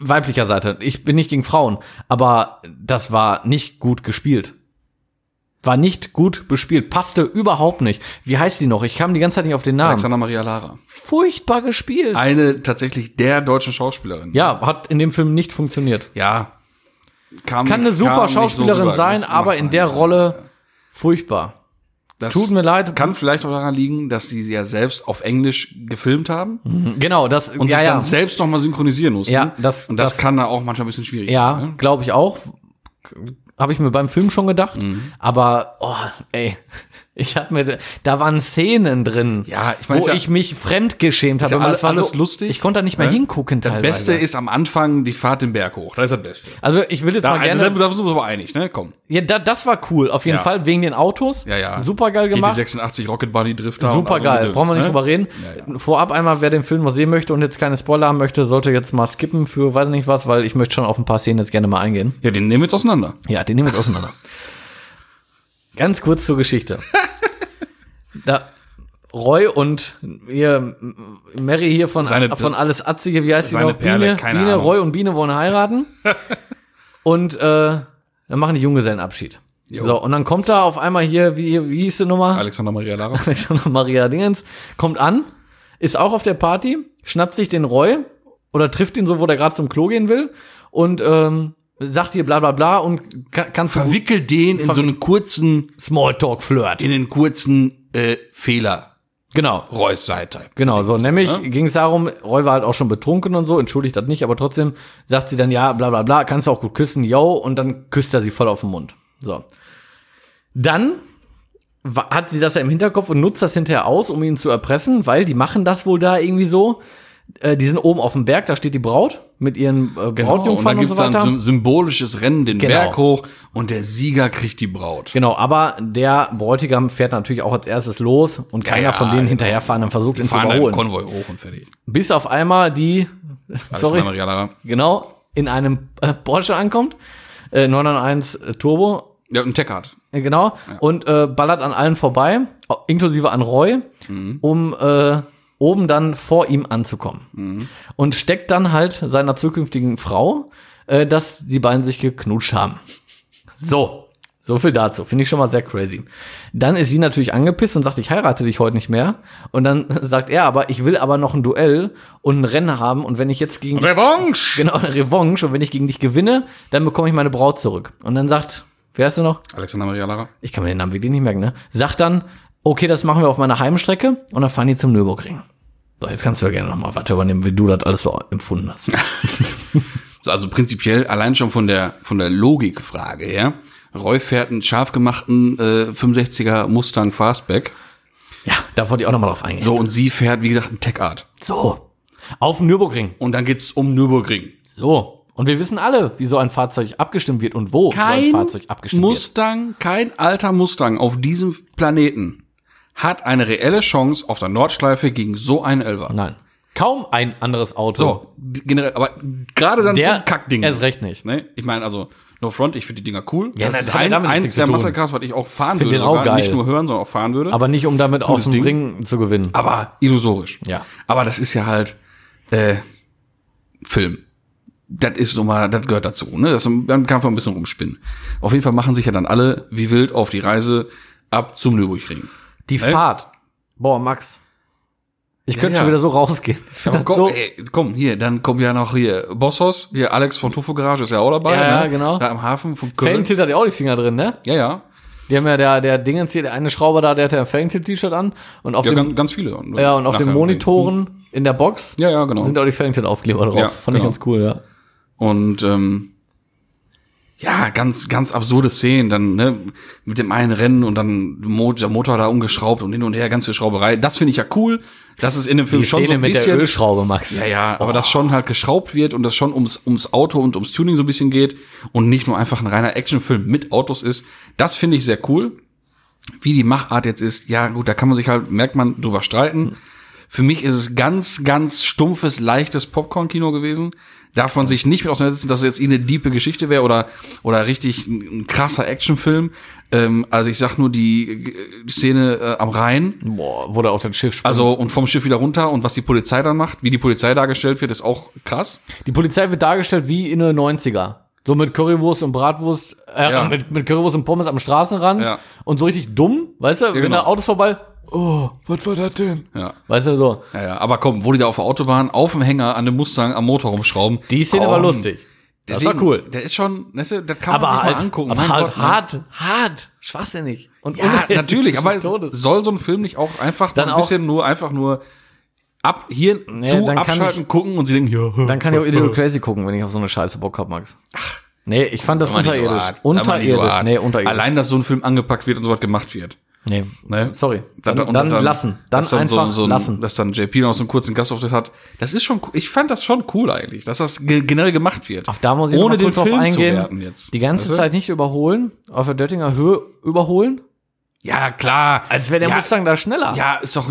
Speaker 2: weiblicher Seite. Ich bin nicht gegen Frauen, aber das war nicht gut gespielt. War nicht gut bespielt, passte überhaupt nicht. Wie heißt die noch? Ich kam die ganze Zeit nicht auf den Namen.
Speaker 1: Alexander Maria Lara.
Speaker 2: Furchtbar gespielt.
Speaker 1: Eine tatsächlich der deutschen Schauspielerin.
Speaker 2: Ja, hat in dem Film nicht funktioniert.
Speaker 1: Ja. Kam,
Speaker 2: Kann eine
Speaker 1: kam
Speaker 2: super
Speaker 1: nicht so
Speaker 2: Schauspielerin
Speaker 1: rüber.
Speaker 2: sein,
Speaker 1: Das mag
Speaker 2: aber in
Speaker 1: sein,
Speaker 2: der
Speaker 1: ja.
Speaker 2: Rolle furchtbar.
Speaker 1: Das
Speaker 2: Tut mir leid.
Speaker 1: Kann vielleicht auch daran liegen, dass sie sie ja selbst auf Englisch gefilmt haben
Speaker 2: genau, das
Speaker 1: und sich dann selbst nochmal synchronisieren mussten.
Speaker 2: Ja, das-
Speaker 1: und das,
Speaker 2: das-
Speaker 1: kann da auch manchmal ein bisschen schwierig
Speaker 2: Ja,
Speaker 1: sein. Ne?
Speaker 2: glaube ich auch. Habe ich mir beim Film schon gedacht.
Speaker 1: Mhm.
Speaker 2: Aber, oh, ey. Ich hab mir, da waren Szenen drin,
Speaker 1: Ja, ich mein,
Speaker 2: wo
Speaker 1: ist ja-
Speaker 2: ich mich fremdgeschämt habe.
Speaker 1: ja
Speaker 2: weil
Speaker 1: alles-
Speaker 2: es war
Speaker 1: alles lustig,
Speaker 2: Ich konnte da nicht mehr
Speaker 1: ne?
Speaker 2: hingucken
Speaker 1: Das
Speaker 2: teilweise.
Speaker 1: Beste ist am Anfang die Fahrt den Berg hoch. Da ist das Beste.
Speaker 2: also ich will jetzt
Speaker 1: Da,
Speaker 2: mal gerne,
Speaker 1: da sind wir uns aber einig, ne? Komm.
Speaker 2: ja, da, das war cool, auf jeden
Speaker 1: Ja.
Speaker 2: Fall, wegen den Autos.
Speaker 1: Ja, ja.
Speaker 2: Super geil gemacht.
Speaker 1: GT86 Rocket Bunny Drift
Speaker 2: Super geil, brauchen wir nicht drüber reden.
Speaker 1: also ne? Ja,
Speaker 2: Vorab einmal, wer den Film noch sehen möchte und jetzt keine Spoiler haben möchte, sollte jetzt mal skippen für weiß nicht was, weil ich möchte schon auf ein paar Szenen jetzt gerne mal eingehen.
Speaker 1: Ja, den nehmen wir jetzt auseinander.
Speaker 2: Ja, den nehmen wir jetzt auseinander. Ganz kurz zur Geschichte. Da Roy und ihr Mary hier von,
Speaker 1: Seine-
Speaker 2: von alles Atzige, wie heißt sie
Speaker 1: seine
Speaker 2: noch?
Speaker 1: Perle,
Speaker 2: Biene,
Speaker 1: keine
Speaker 2: Biene
Speaker 1: Ahnung.
Speaker 2: Roy und Biene wollen heiraten. und äh, dann machen die Junggesellenabschied.
Speaker 1: Jo.
Speaker 2: So, und dann kommt da auf einmal hier, wie, wie hieß die Nummer?
Speaker 1: Alexander Maria Lara.
Speaker 2: Alexander Maria Dingens, kommt an, ist auch auf der Party, schnappt sich den Roy oder trifft ihn so, wo der gerade zum Klo gehen will und ähm, sagt hier bla bla bla und kann, kannst du
Speaker 1: Verwickel den in so einen kurzen,
Speaker 2: Smalltalk-Flirt.
Speaker 1: in den kurzen äh, Fehler.
Speaker 2: Genau.
Speaker 1: Reus Seite.
Speaker 2: Genau, so nämlich
Speaker 1: ne?
Speaker 2: ging es darum, Roy war halt auch schon betrunken und so, entschuldigt das nicht, aber trotzdem sagt sie dann, ja, bla bla bla, kannst du auch gut küssen, yo, und dann küsst er sie voll auf den Mund. So. Dann wa- hat sie das ja im Hinterkopf und nutzt das hinterher aus, um ihn zu erpressen, weil die machen das wohl da irgendwie so. Äh, die sind oben auf dem Berg, da steht die Braut mit ihren äh,
Speaker 1: Genau, und dann
Speaker 2: Brautjungfern und,
Speaker 1: gibt's
Speaker 2: so weiter.
Speaker 1: dann ein symbolisches Rennen den
Speaker 2: Genau.
Speaker 1: Berg hoch und der Sieger kriegt die Braut.
Speaker 2: genau, aber der Bräutigam fährt natürlich auch als erstes los und keiner
Speaker 1: ja, genau.
Speaker 2: von denen hinterherfahren und versucht ihn zu
Speaker 1: Fahren da im
Speaker 2: überholen.
Speaker 1: Konvoi hoch und fertig.
Speaker 2: Bis auf einmal die, sorry,
Speaker 1: Alexander Maria Lara.
Speaker 2: genau, in einem äh, Porsche ankommt, äh, 991 Turbo,
Speaker 1: Ja, und Teckhardt.
Speaker 2: äh, genau, und äh, ballert an allen vorbei, au- inklusive an Roy, um äh, oben dann vor ihm anzukommen. Und steckt dann halt seiner zukünftigen Frau, äh, dass die beiden sich geknutscht haben. So. So viel dazu. Finde ich schon mal sehr crazy. Dann ist sie natürlich angepisst und sagt, ich heirate dich heute nicht mehr. Und dann sagt er aber, ich will aber noch ein Duell und ein Rennen haben. Und wenn ich jetzt gegen
Speaker 1: Revanche!
Speaker 2: Genau, eine Revanche. Und wenn ich gegen dich gewinne, dann bekomme ich meine Braut zurück. Und dann sagt, wer ist du noch?
Speaker 1: Alexander Maria Lara.
Speaker 2: Ich kann mir den Namen wirklich nicht merken, ne? Sagt dann, okay, das machen wir auf meiner Heimstrecke. Und dann fahren die zum Nürburgring. So, jetzt kannst du ja gerne nochmal weiter übernehmen, wie du das alles so empfunden hast.
Speaker 1: So, also prinzipiell, allein schon von der, von der Logikfrage her, Roy fährt einen scharf gemachten äh, 65er Mustang Fastback.
Speaker 2: ja, da wollte ich auch nochmal drauf eingehen.
Speaker 1: So, und sie fährt, wie gesagt, einen Teckart.
Speaker 2: So. Auf dem Nürburgring.
Speaker 1: Und dann geht's um Nürburgring.
Speaker 2: So. Und wir wissen alle, wie so ein Fahrzeug abgestimmt wird und wo
Speaker 1: Kein
Speaker 2: so ein Fahrzeug abgestimmt wird.
Speaker 1: Mustang, kein alter Mustang auf diesem Planeten hat eine reelle Chance auf der Nordschleife gegen so einen Elfer.
Speaker 2: Nein. Kaum ein anderes Auto.
Speaker 1: So, die- generell, aber gerade dann so
Speaker 2: Der
Speaker 1: ein Kackding.
Speaker 2: erst recht nicht.
Speaker 1: Ne? Ich meine, also, No Front, ich finde die Dinger cool.
Speaker 2: Ja,
Speaker 1: das
Speaker 2: nein,
Speaker 1: ist
Speaker 2: das hat ja
Speaker 1: ein,
Speaker 2: damit nichts
Speaker 1: eins
Speaker 2: zu
Speaker 1: der
Speaker 2: tun.
Speaker 1: Mastercars, was ich auch fahren
Speaker 2: Find
Speaker 1: würde.
Speaker 2: den auch geil.
Speaker 1: Nicht nur hören, sondern auch fahren würde.
Speaker 2: Aber nicht, um damit auf dem
Speaker 1: Ding. Ah,
Speaker 2: Ring zu gewinnen.
Speaker 1: aber illusorisch.
Speaker 2: Ja.
Speaker 1: Aber das ist ja halt äh, Film. Das ist nun mal, das gehört dazu. Ne? Das, dann kann man ein bisschen rumspinnen. Auf jeden Fall machen sich ja dann alle wie wild auf die Reise ab zum Nürburgring.
Speaker 2: Die Fahrt. Boah, Max. Ich könnte
Speaker 1: ja.
Speaker 2: schon wieder so rausgehen.
Speaker 1: Ja, komm,
Speaker 2: so,
Speaker 1: ey, komm, hier, dann kommt ja noch hier Bosshaus, hier Alex von Tuffo Garage ist ja auch dabei.
Speaker 2: Ja,
Speaker 1: ne?
Speaker 2: genau.
Speaker 1: Da am Hafen von Köln.
Speaker 2: Felgentilt hat ja auch die Finger drin, ne?
Speaker 1: Ja, ja.
Speaker 2: Die haben ja der, der Dingens hier, der eine Schrauber da, der hat ja ein Felgentilt-T-Shirt an. Und auf
Speaker 1: Ja,
Speaker 2: dem,
Speaker 1: ganz, ganz viele.
Speaker 2: ja, und auf den
Speaker 1: Nachher-
Speaker 2: Monitoren in der Box
Speaker 1: Ja, ja, genau.
Speaker 2: sind auch die Felgentilt-Aufkleber drauf.
Speaker 1: Ja,
Speaker 2: Fand
Speaker 1: genau.
Speaker 2: ich ganz cool, ja.
Speaker 1: Und ähm, ja, ganz, ganz absurde Szenen. Dann ne, mit dem einen Rennen und dann Mo der Motor da umgeschraubt und hin und her, ganz viel Schrauberei. Das finde ich ja cool. Das ist in dem Film
Speaker 2: Die
Speaker 1: schon
Speaker 2: Szene
Speaker 1: so ein
Speaker 2: mit
Speaker 1: bisschen.
Speaker 2: der Ölschraube, Max.
Speaker 1: ja, ja, aber das schon halt geschraubt wird und das schon ums, ums Auto und ums Tuning so ein bisschen geht und nicht nur einfach ein reiner Actionfilm mit Autos ist. Das finde ich sehr cool. Wie die Machart jetzt ist, ja gut, da kann man sich halt, merkt man, drüber Hm. streiten. Für mich ist es ganz, ganz stumpfes, leichtes Popcorn-Kino gewesen. darf man sich nicht mit auseinandersetzen, dass es jetzt ihnen eine diepe Geschichte wäre oder, oder richtig ein ein krasser Actionfilm. Ähm, also ich sag nur die äh, Szene äh, am Rhein.
Speaker 2: Boah, wurde auf das Schiff springt.
Speaker 1: Also und vom Schiff wieder runter und was die Polizei dann macht, wie die Polizei dargestellt wird, ist auch krass.
Speaker 2: Die Polizei wird dargestellt wie in den 90er. So mit Currywurst und Bratwurst, äh,
Speaker 1: Ja.
Speaker 2: mit, mit Currywurst und Pommes am Straßenrand
Speaker 1: Ja.
Speaker 2: und so richtig dumm, weißt du, wenn
Speaker 1: genau.
Speaker 2: da Autos vorbei, oh, was war das denn?
Speaker 1: Ja.
Speaker 2: Weißt du, so.
Speaker 1: Ja, ja, aber komm, wo die da auf der Autobahn auf dem Hänger an dem Mustang am Motor rumschrauben.
Speaker 2: Die Szene
Speaker 1: komm,
Speaker 2: war lustig. Das
Speaker 1: deswegen,
Speaker 2: war cool.
Speaker 1: Der ist schon, weißt du, das kann
Speaker 2: Aber
Speaker 1: man sich
Speaker 2: halt,
Speaker 1: mal angucken.
Speaker 2: aber
Speaker 1: mein
Speaker 2: halt
Speaker 1: Gott, ne?
Speaker 2: hart, hart, schwachsinnig. Und
Speaker 1: Ja,
Speaker 2: unrealistisch
Speaker 1: natürlich, aber
Speaker 2: des Todes.
Speaker 1: soll so ein Film nicht auch einfach
Speaker 2: Dann
Speaker 1: ein bisschen nur einfach nur ab hier zu
Speaker 2: dann kann
Speaker 1: abschalten, gucken und sie denken, ja,
Speaker 2: Dann kann ich auch Idiot Crazy gucken, wenn ich auf so eine Scheiße Bock hab, Max. Ach. Nee, ich fand das
Speaker 1: Sag mal nicht so
Speaker 2: unterirdisch.
Speaker 1: hart. Sag mal nicht
Speaker 2: unterirdisch.
Speaker 1: so hart.
Speaker 2: nee, unterirdisch.
Speaker 1: Allein, dass so ein Film angepackt wird und sowas gemacht wird.
Speaker 2: nee.
Speaker 1: Ne?
Speaker 2: Sorry.
Speaker 1: Dann,
Speaker 2: Dann,
Speaker 1: und
Speaker 2: dann, lassen. Dann
Speaker 1: dass
Speaker 2: einfach
Speaker 1: so, so ein,
Speaker 2: lassen.
Speaker 1: Dass dann JP noch so einen kurzen Gastauftritt hat. Das ist schon, cool. ich fand das schon cool eigentlich, dass das ge- generell gemacht wird.
Speaker 2: Auf da muss ich
Speaker 1: Ohne
Speaker 2: noch mal
Speaker 1: den
Speaker 2: kurz drauf
Speaker 1: Film zu
Speaker 2: eingehen.
Speaker 1: werten jetzt. Also?
Speaker 2: Die ganze
Speaker 1: Weißt du?
Speaker 2: Zeit nicht überholen, auf der Döttinger Höhe überholen,
Speaker 1: Ja, klar.
Speaker 2: als wäre der
Speaker 1: ja,
Speaker 2: Mustang da schneller.
Speaker 1: Ja, ist doch,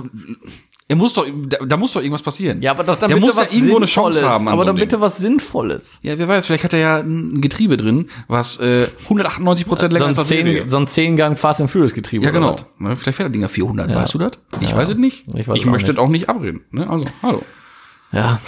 Speaker 1: er muss doch, da, da muss doch irgendwas passieren.
Speaker 2: Ja, aber doch dann
Speaker 1: Der
Speaker 2: bitte
Speaker 1: muss ja
Speaker 2: was
Speaker 1: irgendwo eine
Speaker 2: Sinnvolles.
Speaker 1: Chance haben an
Speaker 2: Aber
Speaker 1: so
Speaker 2: dann
Speaker 1: einem
Speaker 2: bitte was Sinnvolles.
Speaker 1: Ja, wer weiß, vielleicht hat er ja ein Getriebe drin, was äh, 198 Prozent länger
Speaker 2: so ein
Speaker 1: das
Speaker 2: zehn,
Speaker 1: Sehnige.
Speaker 2: so ein 10 Gang Fast and Furious Getriebe.
Speaker 1: Ja,
Speaker 2: oder
Speaker 1: genau.
Speaker 2: was?
Speaker 1: Ne, Vielleicht fährt er Dinger 400, weißt du das? Ich weiß es nicht.
Speaker 2: Ich weiß es auch
Speaker 1: möchte es
Speaker 2: nicht.
Speaker 1: auch nicht abreden. Ne? Also, hallo.
Speaker 2: Ja.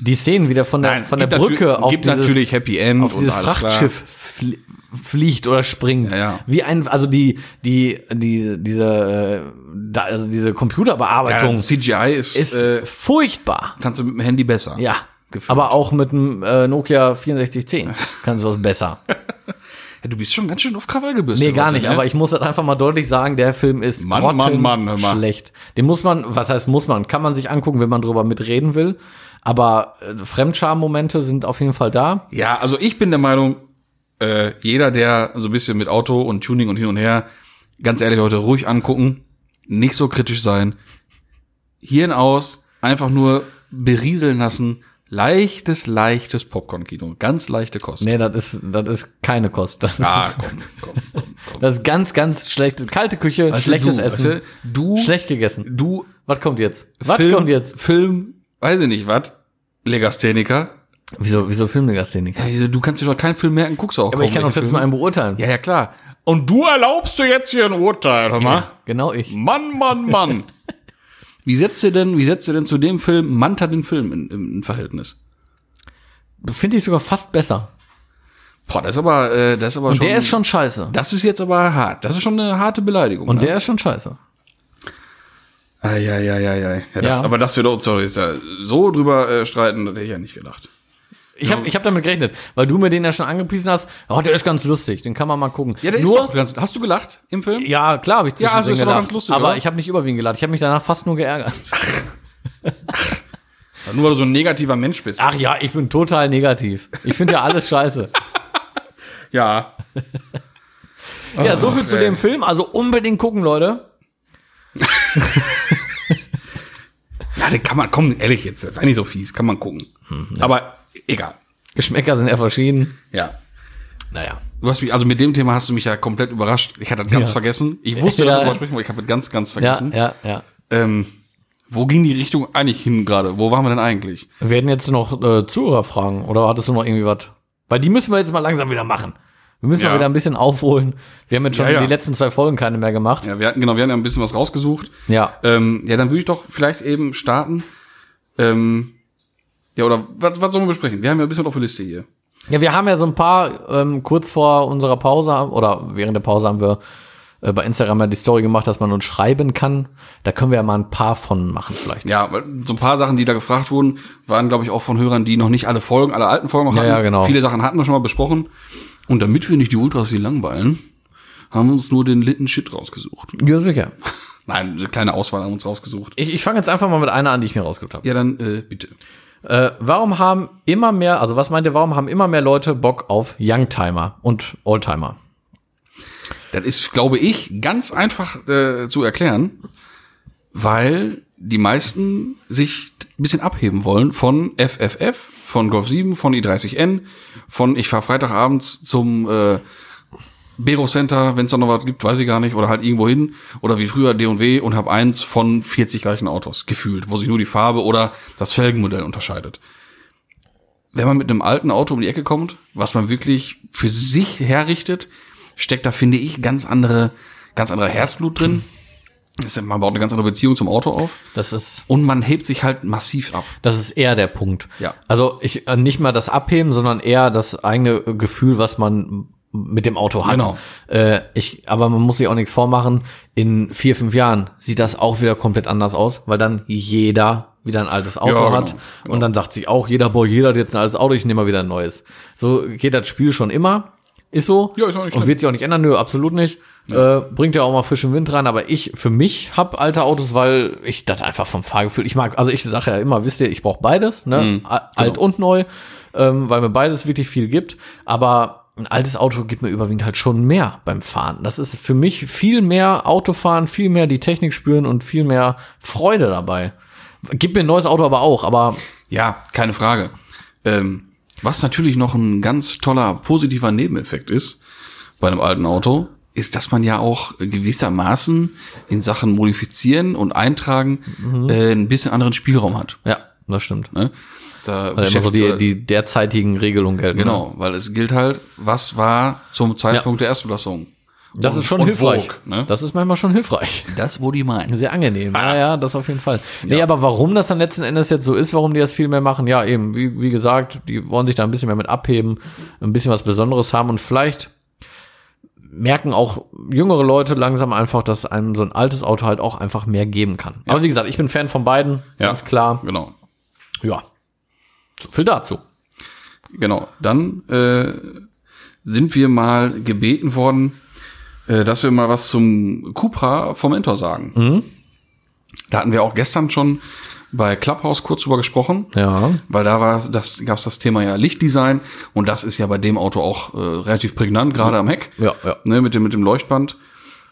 Speaker 2: Die Szenen wieder von der, von der
Speaker 1: gibt
Speaker 2: Brücke
Speaker 1: natürlich-
Speaker 2: auf
Speaker 1: gibt
Speaker 2: dieses,
Speaker 1: natürlich Happy End
Speaker 2: auf dieses Frachtschiff flie- fliegt oder springt.
Speaker 1: Ja, ja.
Speaker 2: Wie ein, also die, die, die, diese, äh, da, also diese
Speaker 1: Klar.
Speaker 2: Computerbearbeitung
Speaker 1: Ja, CGI ist,
Speaker 2: ist
Speaker 1: äh,
Speaker 2: furchtbar.
Speaker 1: kannst du mit dem Handy besser.
Speaker 2: Ja.
Speaker 1: Gefühlt.
Speaker 2: Aber auch mit dem äh, Nokia 6410 kannst du was besser.
Speaker 1: Ja, du bist schon ganz schön auf Krawall gebürstet.
Speaker 2: Nee, gar
Speaker 1: heute,
Speaker 2: nicht,
Speaker 1: ne?
Speaker 2: aber ich muss das einfach mal deutlich sagen, der Film ist
Speaker 1: Mann, Mann, Mann, hör mal.
Speaker 2: schlecht. Den muss man, was heißt muss man, kann man sich angucken, wenn man drüber mitreden will, aber äh, Fremdscham-Momente sind auf jeden Fall da.
Speaker 1: Ja, also ich bin der Meinung, äh, jeder, der so ein bisschen mit Auto und Tuning und hin und her, ganz ehrlich, Leute, ruhig angucken, nicht so kritisch sein, Hirn aus, einfach nur berieseln lassen, leichtes, leichtes Popcorn-Kino, ganz leichte Kost.
Speaker 2: Nee, das ist das ist keine Kost. Das ist,
Speaker 1: Ah, komm, komm, komm, komm.
Speaker 2: das ist ganz ganz schlechte kalte Küche,
Speaker 1: Weißt du,
Speaker 2: schlechtes
Speaker 1: du,
Speaker 2: Essen,
Speaker 1: weißt Du, du,
Speaker 2: schlecht gegessen.
Speaker 1: du,
Speaker 2: Was kommt jetzt? Was
Speaker 1: Film-
Speaker 2: kommt jetzt?
Speaker 1: Film, weiß ich nicht, was, Legastheniker.
Speaker 2: Wieso wieso Filmlegastheniker? Ja,
Speaker 1: Also, du kannst dir doch keinen Film merken, guckst du auch
Speaker 2: aber ich kann doch jetzt mal einen beurteilen.
Speaker 1: Ja, ja, klar. Und du erlaubst dir jetzt hier ein Urteil, hör mal.
Speaker 2: Genau ich.
Speaker 1: Mann, Mann, Mann. wie setzt ihr denn, wie setzt ihr denn zu dem Film Manta den Film in, in, in Verhältnis?
Speaker 2: Finde ich sogar fast besser.
Speaker 1: Boah, das ist aber, äh, das ist aber
Speaker 2: Und der ist schon scheiße.
Speaker 1: das ist jetzt aber hart. Das ist schon eine harte Beleidigung. ne?
Speaker 2: Und der ist schon scheiße.
Speaker 1: Ah, ja, ja, ja, ja. ja, das, oh,
Speaker 2: Ja.
Speaker 1: Aber dass wir da uns doch jetzt da so drüber äh, streiten, das hätte ich ja nicht gedacht.
Speaker 2: Ich habe ich hab damit gerechnet, weil du mir den ja schon angepriesen hast. Oh, der ist ganz lustig, den kann man mal gucken.
Speaker 1: Ja, der
Speaker 2: Nur,
Speaker 1: ist doch ganz, hast du gelacht im Film?
Speaker 2: Ja, klar habe ich
Speaker 1: Ja, also
Speaker 2: zwischendrin
Speaker 1: ist aber
Speaker 2: gelacht.
Speaker 1: ganz lustig,
Speaker 2: aber
Speaker 1: oder?
Speaker 2: ich habe nicht über ihn gelacht. Ich habe mich danach fast nur geärgert.
Speaker 1: Nur weil du so ein negativer Mensch bist.
Speaker 2: Ach ja, ich bin total negativ. Ich finde ja alles scheiße.
Speaker 1: Ja.
Speaker 2: Ja, so viel zu
Speaker 1: ey.
Speaker 2: dem Film. Also unbedingt gucken, Leute.
Speaker 1: Ja, den kann man, komm, ehrlich jetzt, das ist eigentlich so fies, kann man gucken.
Speaker 2: Hm,
Speaker 1: Aber egal.
Speaker 2: Geschmäcker sind ja verschieden.
Speaker 1: Ja.
Speaker 2: Naja.
Speaker 1: Du hast mich, also mit dem Thema hast du mich ja komplett überrascht. Ich hatte das ganz
Speaker 2: Ja.
Speaker 1: vergessen. Ich wusste,
Speaker 2: Ja.
Speaker 1: dass wir darüber sprechen, aber ich habe das ganz, ganz
Speaker 2: Ja,
Speaker 1: vergessen.
Speaker 2: ja, ja.
Speaker 1: Ähm, wo ging die Richtung eigentlich hin gerade? Wo waren wir denn eigentlich?
Speaker 2: Wir werden jetzt noch äh, Zuhörer fragen oder hattest du noch irgendwie was? Weil die müssen wir jetzt mal langsam wieder machen. Wir müssen
Speaker 1: Ja.
Speaker 2: mal wieder ein bisschen aufholen. Wir haben jetzt schon
Speaker 1: Ja, ja.
Speaker 2: die letzten zwei Folgen keine mehr gemacht.
Speaker 1: Ja, wir hatten, genau, wir hatten ja ein bisschen was rausgesucht.
Speaker 2: Ja.
Speaker 1: Ähm, ja, dann würde ich doch vielleicht eben starten. Ähm, ja, oder was, was sollen wir besprechen? Wir haben ja ein bisschen auf der Liste hier.
Speaker 2: Ja, wir haben ja so ein paar, ähm, kurz vor unserer Pause oder während der Pause haben wir äh, bei Instagram mal die Story gemacht, dass man uns schreiben kann. Da können wir ja mal ein paar von machen vielleicht.
Speaker 1: Ja, weil so ein paar Sachen, die da gefragt wurden, waren, glaube ich, auch von Hörern, die noch nicht alle Folgen, alle alten Folgen noch
Speaker 2: Ja,
Speaker 1: hatten.
Speaker 2: ja, genau.
Speaker 1: Viele Sachen hatten wir schon mal besprochen. Und damit wir nicht die Ultras hier langweilen, haben wir uns nur den litten Shit rausgesucht.
Speaker 2: Ja, sicher.
Speaker 1: Nein, eine kleine Auswahl haben wir uns rausgesucht.
Speaker 2: Ich, ich fange jetzt einfach mal mit einer an, die ich mir rausgesucht habe.
Speaker 1: Ja, dann äh, bitte.
Speaker 2: Äh, warum haben immer mehr, also was meint ihr, warum haben immer mehr Leute Bock auf Youngtimer und Oldtimer?
Speaker 1: Das ist, glaube ich, ganz einfach äh, zu erklären, weil die meisten sich ein bisschen abheben wollen von FFF, von Golf 7, von i30N, von ich fahre Freitagabends zum äh, Bero Center, wenn es da noch was gibt, weiß ich gar nicht, oder halt irgendwo hin, oder wie früher D&W und habe eins von 40 gleichen Autos gefühlt, wo sich nur die Farbe oder das Felgenmodell unterscheidet. wenn man mit einem alten Auto um die Ecke kommt, was man wirklich für sich herrichtet, steckt da, finde ich, ganz andere, ganz andere Herzblut drin. Das ist- Man baut eine ganz andere Beziehung zum Auto auf.
Speaker 2: Das ist,
Speaker 1: Und man hebt sich halt massiv ab.
Speaker 2: das ist eher der Punkt.
Speaker 1: Ja.
Speaker 2: Also ich äh, nicht mal das Abheben, sondern eher das eigene äh, Gefühl, was man mit dem Auto hat.
Speaker 1: Genau.
Speaker 2: Äh, ich, aber man muss sich auch nichts vormachen. In vier, fünf Jahren sieht das auch wieder komplett anders aus, weil dann jeder wieder ein altes Auto
Speaker 1: Ja, genau,
Speaker 2: hat. Und dann sagt sich auch jeder, boah, jeder hat jetzt ein altes Auto, ich nehme mal wieder ein neues. So geht das Spiel schon immer. Ist so.
Speaker 1: Ja, ist auch nicht
Speaker 2: Und
Speaker 1: schlimm.
Speaker 2: wird sich auch nicht ändern. Nö, absolut nicht. Äh, bringt ja auch mal frischen Wind rein. Aber ich, für mich, hab alte Autos, weil ich das einfach vom Fahrgefühl, ich mag, also ich sage ja immer, wisst ihr, ich brauche beides, ne? A- Alt und neu, ähm, weil mir beides wirklich viel gibt. Aber ein altes Auto gibt mir überwiegend halt schon mehr beim Fahren. Das ist für mich viel mehr Autofahren, viel mehr die Technik spüren und viel mehr Freude dabei. Gibt mir ein neues Auto aber auch, aber
Speaker 1: Ja, keine Frage. Ähm, was natürlich noch ein ganz toller positiver Nebeneffekt ist bei einem alten Auto, ist, dass man ja auch gewissermaßen in Sachen modifizieren und eintragen
Speaker 2: Mhm.
Speaker 1: äh, ein bisschen anderen Spielraum hat.
Speaker 2: ja, das stimmt.
Speaker 1: Ne? Da
Speaker 2: Weil immer so
Speaker 1: beschäftigt-
Speaker 2: die, die derzeitigen Regelungen gelten. ne?
Speaker 1: äh, Genau, weil es gilt halt, was war zum Zeitpunkt der Erstzulassung.
Speaker 2: Das
Speaker 1: Und-
Speaker 2: ist schon
Speaker 1: und
Speaker 2: hilfreich.
Speaker 1: wog, ne?
Speaker 2: Das ist manchmal schon hilfreich.
Speaker 1: Das, wo die meinen.
Speaker 2: Sehr angenehm. Ja, ja, das auf jeden Fall. Nee, aber warum das dann letzten Endes jetzt so ist, warum die das viel mehr machen, ja, eben, wie, wie gesagt, die wollen sich da ein bisschen mehr mit abheben, ein bisschen was Besonderes haben und vielleicht merken auch jüngere Leute langsam einfach, dass einem so ein altes Auto halt auch einfach mehr geben kann. Aber wie gesagt, ich bin Fan von beiden,
Speaker 1: Ja.
Speaker 2: ganz klar.
Speaker 1: Genau.
Speaker 2: Ja. So viel dazu.
Speaker 1: Genau. Dann äh, sind wir mal gebeten worden, äh, dass wir mal was zum Cupra vom Mentor sagen. Da hatten wir auch gestern schon bei Clubhouse kurz drüber gesprochen.
Speaker 2: Ja.
Speaker 1: Weil da war das gab es das Thema ja Lichtdesign und das ist ja bei dem Auto auch äh, relativ prägnant, gerade am Heck.
Speaker 2: Ja, ja.
Speaker 1: Ne, mit, dem, mit dem Leuchtband.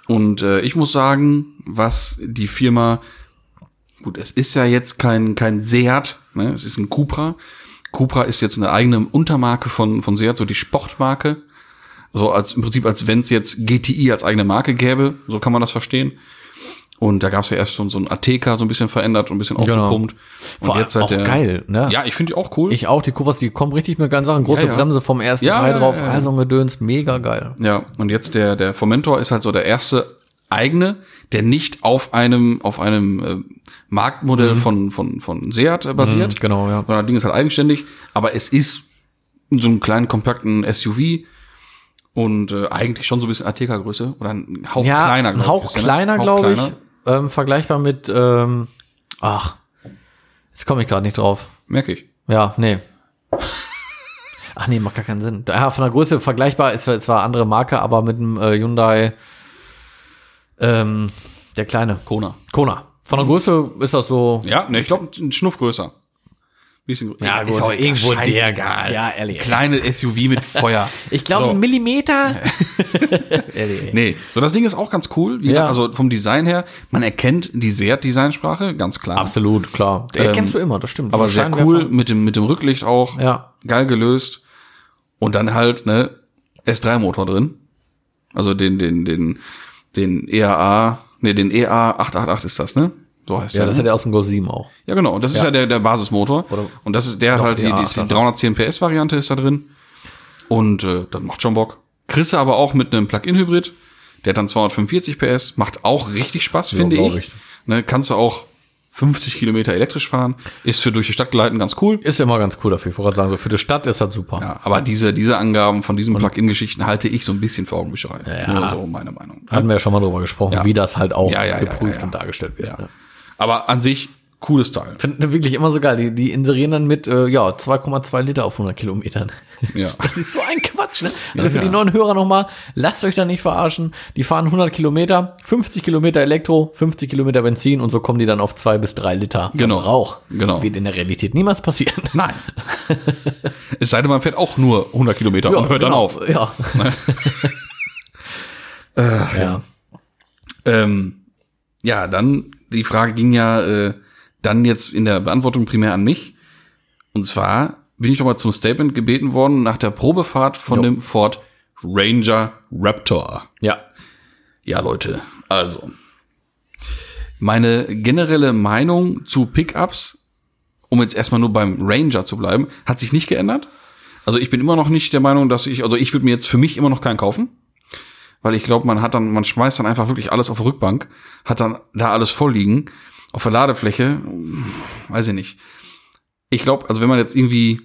Speaker 1: Und äh, ich muss sagen, was die Firma, gut, es ist ja jetzt kein, kein Seat, ne, es ist ein Cupra. Cupra ist jetzt eine eigene Untermarke von, von Seat, so die Sportmarke. So als im Prinzip, als wenn es jetzt GTI als eigene Marke gäbe, so kann man das verstehen. Und da gab es ja erst schon so ein Ateca so ein bisschen verändert und ein bisschen
Speaker 2: Genau.
Speaker 1: aufgepumpt. Und
Speaker 2: Vor allem
Speaker 1: halt
Speaker 2: auch geil, ne?
Speaker 1: Ja, ich finde die auch cool.
Speaker 2: Ich auch, die Kupas, die kommen richtig mit ganz Sachen. Große
Speaker 1: Ja, ja.
Speaker 2: Bremse vom ersten
Speaker 1: Ja,
Speaker 2: Teil
Speaker 1: ja,
Speaker 2: drauf,
Speaker 1: ja, ja.
Speaker 2: also ein Gedöns, mega geil.
Speaker 1: Ja, und jetzt der, der Fomentor ist halt so der erste eigene, der nicht auf einem, auf einem äh, Marktmodell von, von, von Seat äh, basiert.
Speaker 2: Mhm, genau, ja.
Speaker 1: Sondern das Ding ist halt eigenständig, aber es ist so einen kleinen, kompakten SUV und äh, eigentlich schon so ein bisschen Ateca-Größe oder ein Hauch
Speaker 2: ja,
Speaker 1: kleiner,
Speaker 2: ein Hauch
Speaker 1: ist der, ne?
Speaker 2: kleiner,
Speaker 1: Hauch
Speaker 2: glaube ich.
Speaker 1: kleiner.
Speaker 2: Ähm, vergleichbar mit, ähm, ach, jetzt komme ich gerade nicht drauf.
Speaker 1: Merke ich.
Speaker 2: Ja, nee. Ach nee, macht gar keinen Sinn. Ja, von der Größe vergleichbar ist zwar andere Marke, aber mit dem äh, Hyundai, ähm, der kleine
Speaker 1: Kona.
Speaker 2: Kona. Von der Größe ist das so.
Speaker 1: Mhm. Ja, ne, ich glaube, ein Schnuff größer. Bisschen größer.
Speaker 2: ist auch irgendwo der-
Speaker 1: scheißegal.
Speaker 2: ja, ehrlich.
Speaker 1: Kleine SUV mit Feuer.
Speaker 2: Ich glaube,
Speaker 1: So.
Speaker 2: ein Millimeter. Ehrlich.
Speaker 1: Nee, so das Ding ist auch ganz cool. Wie gesagt,
Speaker 2: Ja.
Speaker 1: also vom Design her, man erkennt die Seat-Designsprache, ganz klar.
Speaker 2: Absolut, klar.
Speaker 1: Ähm,
Speaker 2: Erkennst du immer, das stimmt.
Speaker 1: Aber
Speaker 2: So
Speaker 1: sehr
Speaker 2: Scheinwerfer-
Speaker 1: cool mit dem, mit dem Rücklicht auch.
Speaker 2: Ja.
Speaker 1: Geil gelöst. Und dann halt, ne, S3-Motor drin. Also den, den, den, den EAA, ne, den EA 888 ist das, ne? So heißt
Speaker 2: Ja,
Speaker 1: der.
Speaker 2: das
Speaker 1: ne?
Speaker 2: hat er aus dem Golf 7 auch.
Speaker 1: ja, genau. Und das ist ja der, der Basismotor.
Speaker 2: Oder-
Speaker 1: und das ist der hat halt, die,
Speaker 2: EA
Speaker 1: die, die
Speaker 2: 888.
Speaker 1: 310 PS-Variante ist da drin. Und äh, das macht schon Bock. Kriegst du aber auch mit einem Plug-in-Hybrid. Der hat dann 245 PS. Macht auch richtig Spaß, finde
Speaker 2: glaub
Speaker 1: ich.
Speaker 2: ich.
Speaker 1: Ne, kannst du auch 50 Kilometer elektrisch fahren. Ist für durch die Stadt gleiten ganz cool.
Speaker 2: Ist immer ganz cool dafür. Ich wollte gerade sagen, so für die Stadt ist das super.
Speaker 1: Ja, aber diese, diese Angaben von diesen Plug-in-Geschichten halte ich so ein bisschen für Augenwischerei.
Speaker 2: Ja.
Speaker 1: Nur so meine Meinung.
Speaker 2: Hatten wir ja schon mal drüber gesprochen,
Speaker 1: Ja.
Speaker 2: wie das halt auch
Speaker 1: Ja, ja, ja,
Speaker 2: geprüft
Speaker 1: ja, ja.
Speaker 2: und dargestellt wird.
Speaker 1: Ja.
Speaker 2: ne?
Speaker 1: Aber an sich, cooles Teil.
Speaker 2: Finde ich wirklich immer so geil. Die, die inserieren dann mit, äh, ja, 2,2 Liter auf 100 Kilometern.
Speaker 1: Ja.
Speaker 2: Das ist so ein Quatsch, ne? Also
Speaker 1: Ja,
Speaker 2: für die
Speaker 1: ja.
Speaker 2: neuen Hörer nochmal, lasst euch da nicht verarschen. Die fahren 100 Kilometer, 50 Kilometer Elektro, 50 Kilometer Benzin und so kommen die dann auf zwei bis drei Liter
Speaker 1: Genau.
Speaker 2: Verbrauch.
Speaker 1: Genau.
Speaker 2: Wird in der Realität niemals passieren.
Speaker 1: Nein. es sei denn, man fährt auch nur 100 Kilometer und hört dann
Speaker 2: genau.
Speaker 1: auf.
Speaker 2: Ja. ja.
Speaker 1: Ähm, ja, dann, die Frage ging ja äh, dann jetzt in der Beantwortung primär an mich. Und zwar bin ich nochmal zum Statement gebeten worden nach der Probefahrt von
Speaker 2: Jo.
Speaker 1: dem Ford Ranger Raptor.
Speaker 2: Ja.
Speaker 1: Ja, Leute, also. Meine generelle Meinung zu Pickups um jetzt erstmal nur beim Ranger zu bleiben, hat sich nicht geändert. Also ich bin immer noch nicht der Meinung, dass ich, also ich würde mir jetzt für mich immer noch keinen kaufen. Weil ich glaube, man hat dann, man schmeißt dann einfach wirklich alles auf die Rückbank, hat dann da alles voll liegen, auf der Ladefläche, weiß ich nicht. Ich glaube, also wenn man jetzt irgendwie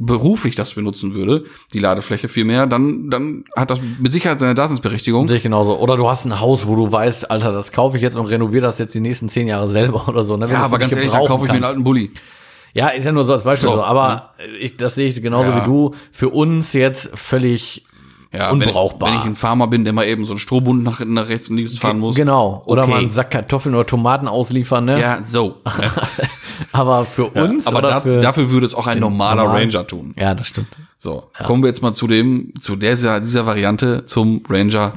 Speaker 1: beruflich das benutzen würde, die Ladefläche viel mehr, dann, dann hat das mit Sicherheit seine Daseinsberechtigung.
Speaker 2: Sehe ich genauso. Oder du hast ein Haus, wo du weißt, Alter, das kaufe ich jetzt und renoviere das jetzt die nächsten zehn Jahre selber oder so. Ne? Wenn
Speaker 1: Ja,
Speaker 2: du's
Speaker 1: aber
Speaker 2: wirklich
Speaker 1: ganz ehrlich, dann
Speaker 2: gebrauchen
Speaker 1: kaufe ich mir einen
Speaker 2: kannst.
Speaker 1: alten Bulli.
Speaker 2: Ja, ist ja nur so als Beispiel.
Speaker 1: So, hm?
Speaker 2: so. Aber ich, das sehe ich genauso
Speaker 1: Ja.
Speaker 2: wie du. Für uns jetzt völlig
Speaker 1: Ja,
Speaker 2: Unbrauchbar.
Speaker 1: Wenn ich, wenn ich ein Farmer bin, der mal eben so einen Strohbund nach, nach rechts und links fahren muss.
Speaker 2: genau. Oder
Speaker 1: Okay.
Speaker 2: mal einen Sack Kartoffeln oder Tomaten ausliefern. Ne?
Speaker 1: Ja, so.
Speaker 2: Aber für uns
Speaker 1: Aber
Speaker 2: oder
Speaker 1: da,
Speaker 2: für,
Speaker 1: dafür würde es auch ein normaler
Speaker 2: normalen-
Speaker 1: Ranger tun.
Speaker 2: Ja, das stimmt.
Speaker 1: So, kommen wir jetzt mal zu dem, zu dieser, dieser Variante zum Ranger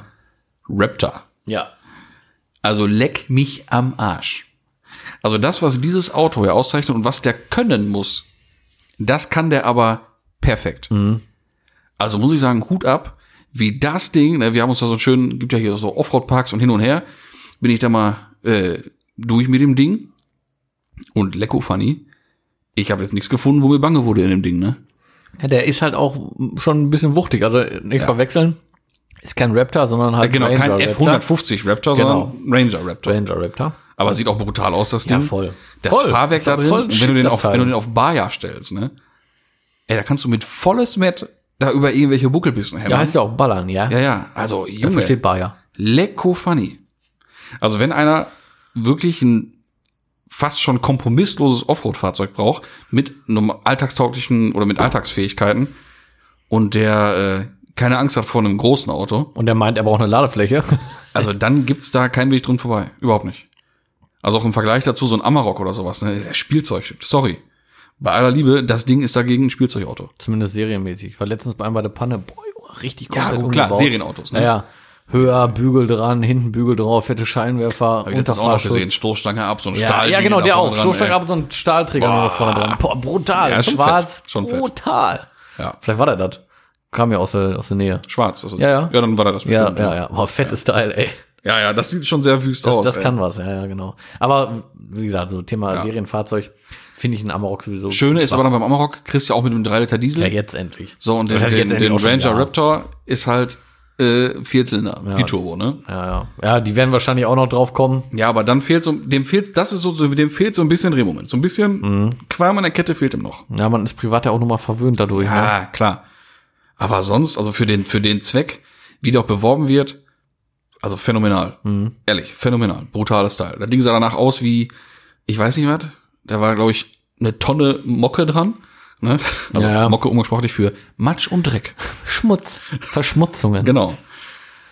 Speaker 1: Raptor.
Speaker 2: Ja.
Speaker 1: Also leck mich am Arsch. Also das, was dieses Auto hier auszeichnet und was der können muss, das kann der aber perfekt. Also muss ich sagen, Hut ab, wie das Ding, ne, wir haben uns da so einen schönen, gibt ja hier so Offroad-Parks und hin und her, bin ich da mal äh, durch mit dem Ding. Und lecko funny, ich habe jetzt nichts gefunden, wo mir bange wurde in dem Ding, ne?
Speaker 2: ja. Der ist halt auch schon ein bisschen wuchtig. Also nicht verwechseln. Ist kein Raptor, sondern halt
Speaker 1: Genau, kein
Speaker 2: Ranger Raptor.
Speaker 1: F150 Raptor,
Speaker 2: Genau.
Speaker 1: sondern Ranger Raptor.
Speaker 2: Ranger Raptor.
Speaker 1: Aber sieht auch brutal aus, das Ding.
Speaker 2: voll.
Speaker 1: Das
Speaker 2: Voll.
Speaker 1: Fahrwerk
Speaker 2: Ist
Speaker 1: da
Speaker 2: doch
Speaker 1: drin,
Speaker 2: voll
Speaker 1: und wenn,
Speaker 2: schick,
Speaker 1: du den
Speaker 2: das
Speaker 1: auf,
Speaker 2: Teil.
Speaker 1: wenn du den auf Baja stellst, ne? Ey, da kannst du mit volles Met da über irgendwelche Buckelbissen hämmern.
Speaker 2: Ja, heißt ja auch Ballern, ja?
Speaker 1: ja, ja, also
Speaker 2: Da
Speaker 1: Junge,
Speaker 2: versteht Bayer.
Speaker 1: lecko funny. Also wenn einer wirklich ein fast schon kompromissloses Offroad-Fahrzeug braucht, mit norm- alltagstauglichen oder mit Alltagsfähigkeiten und der äh, keine Angst hat vor einem großen Auto,
Speaker 2: Und der meint, er braucht eine Ladefläche.
Speaker 1: also dann gibt's da keinen Weg drin vorbei. Überhaupt nicht. Also auch im Vergleich dazu so ein Amarok oder sowas, ne? Das Spielzeug, sorry. Bei aller Liebe, das Ding ist dagegen ein Spielzeugauto.
Speaker 2: Zumindest serienmäßig. Ich war letztens bei einem bei der Panne. Boah, Junge, richtig
Speaker 1: Ja,
Speaker 2: komplett
Speaker 1: gut, klar,
Speaker 2: umgebaut.
Speaker 1: Serienautos, ne?
Speaker 2: Naja. Höher, Bügel dran, hinten Bügel drauf, fette Scheinwerfer,
Speaker 1: Hab ich letztens auch noch
Speaker 2: Unterfahrschutz.
Speaker 1: gesehen. Stoßstange ab, so ein
Speaker 2: Ja,
Speaker 1: Stahl.
Speaker 2: ja, genau, der auch. Stoßstange
Speaker 1: Stoßstange
Speaker 2: ab, so ein Stahlträger
Speaker 1: Boah.
Speaker 2: nur noch vorne dran. Boah, brutal.
Speaker 1: Ja, ist schon
Speaker 2: Schwarz.
Speaker 1: fett, schon fett.
Speaker 2: brutal.
Speaker 1: Ja.
Speaker 2: Vielleicht war der das. Kam ja aus der, aus der Nähe.
Speaker 1: Schwarz. Also,
Speaker 2: Ja, ja.
Speaker 1: ja, dann war da das
Speaker 2: Ja,
Speaker 1: bestimmt.
Speaker 2: ja, ja. Boah, fettes Teil, ey.
Speaker 1: ja, ja, das sieht schon sehr wüst aus.
Speaker 2: das
Speaker 1: ey.
Speaker 2: kann was, ja, ja, genau. Aber wie gesagt, so Thema Serienfahrzeug finde ich einen Amarok sowieso.
Speaker 1: Schöne ist aber dann beim Amarok, kriegst du auch mit einem 3-Liter Diesel.
Speaker 2: Ja, jetzt endlich.
Speaker 1: So, und den,
Speaker 2: Das heißt,
Speaker 1: den,
Speaker 2: jetzt endlich
Speaker 1: den
Speaker 2: auch schon,
Speaker 1: Ranger
Speaker 2: ja.
Speaker 1: Raptor ist halt äh, Vierzylinder, die Turbo, ne?
Speaker 2: Ja, ja. ja, die werden wahrscheinlich auch noch drauf kommen.
Speaker 1: Ja, aber dann fehlt so, dem fehlt, das ist so, so dem fehlt so ein bisschen Drehmoment. So ein bisschen
Speaker 2: Mhm.
Speaker 1: Qualm an der Kette fehlt ihm noch.
Speaker 2: Ja, man ist privat ja auch nochmal verwöhnt dadurch. ne?
Speaker 1: Ah, klar. Aber sonst, also für den, für den Zweck, wie der auch beworben wird, also phänomenal.
Speaker 2: Mhm.
Speaker 1: Ehrlich, phänomenal. Brutales Teil. Das Ding sah danach aus wie, ich weiß nicht was, da war, glaube ich, eine Tonne Mocke dran. Ne? Also
Speaker 2: Ja.
Speaker 1: Mocke umgesprachlich für Matsch und Dreck.
Speaker 2: Schmutz. Verschmutzungen.
Speaker 1: Genau.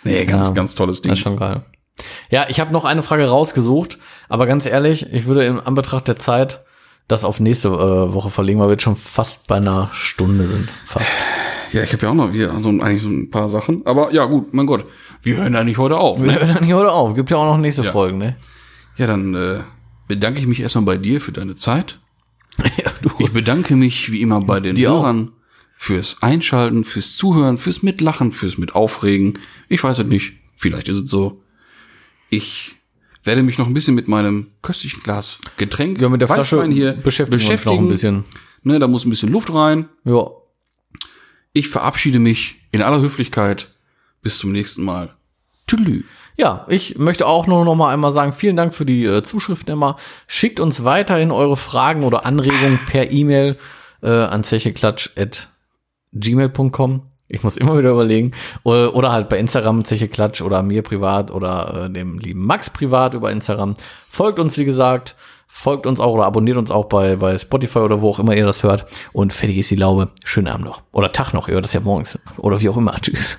Speaker 1: Nee, ganz,
Speaker 2: Ja.
Speaker 1: ganz tolles Ding.
Speaker 2: Das ist schon geil. Ja, ich habe noch eine Frage rausgesucht, aber ganz ehrlich, ich würde im Anbetracht der Zeit das auf nächste äh, Woche verlegen, weil wir jetzt schon fast bei einer Stunde sind. Fast.
Speaker 1: Ja, ich habe ja auch noch hier so, ein- eigentlich so ein paar Sachen. Aber ja, gut, mein Gott. Wir hören da nicht heute auf.
Speaker 2: Wir hören dann hier heute auf. Gibt ja auch noch nächste Folgen, ne?
Speaker 1: Ja, dann äh, bedanke ich mich erstmal bei dir für deine Zeit.
Speaker 2: ja, du.
Speaker 1: Ich bedanke mich wie immer bei den
Speaker 2: Dir auch.
Speaker 1: Hörern fürs Einschalten, fürs Zuhören, fürs Mitlachen, fürs Mitaufregen. Ich weiß es nicht. Vielleicht ist es so. Ich werde mich noch ein bisschen mit meinem köstlichen Glas Getränk
Speaker 2: Ja, mit der Flasche
Speaker 1: Weißwein hier
Speaker 2: beschäftigen, wir uns noch ein bisschen.
Speaker 1: Ne, da muss ein bisschen Luft rein.
Speaker 2: Ja.
Speaker 1: Ich verabschiede mich in aller Höflichkeit. Bis zum nächsten Mal. Tüdelü.
Speaker 2: Ja, ich möchte auch nur noch mal einmal sagen, vielen Dank für die äh, Zuschriften immer. Schickt uns weiterhin eure Fragen oder Anregungen per E-Mail äh, an zecheklatsch.gmail.com. Ich muss immer wieder überlegen. Oder, oder halt bei Instagram zecheklatsch oder mir privat oder äh, dem lieben Max privat über Instagram. Folgt uns, wie gesagt. Folgt uns auch oder abonniert uns auch bei, bei Spotify oder wo auch immer ihr das hört. Und fertig ist die Laube. Schönen Abend noch. Oder Tag noch. Ihr hört das ja morgens. Oder wie auch immer. Tschüss.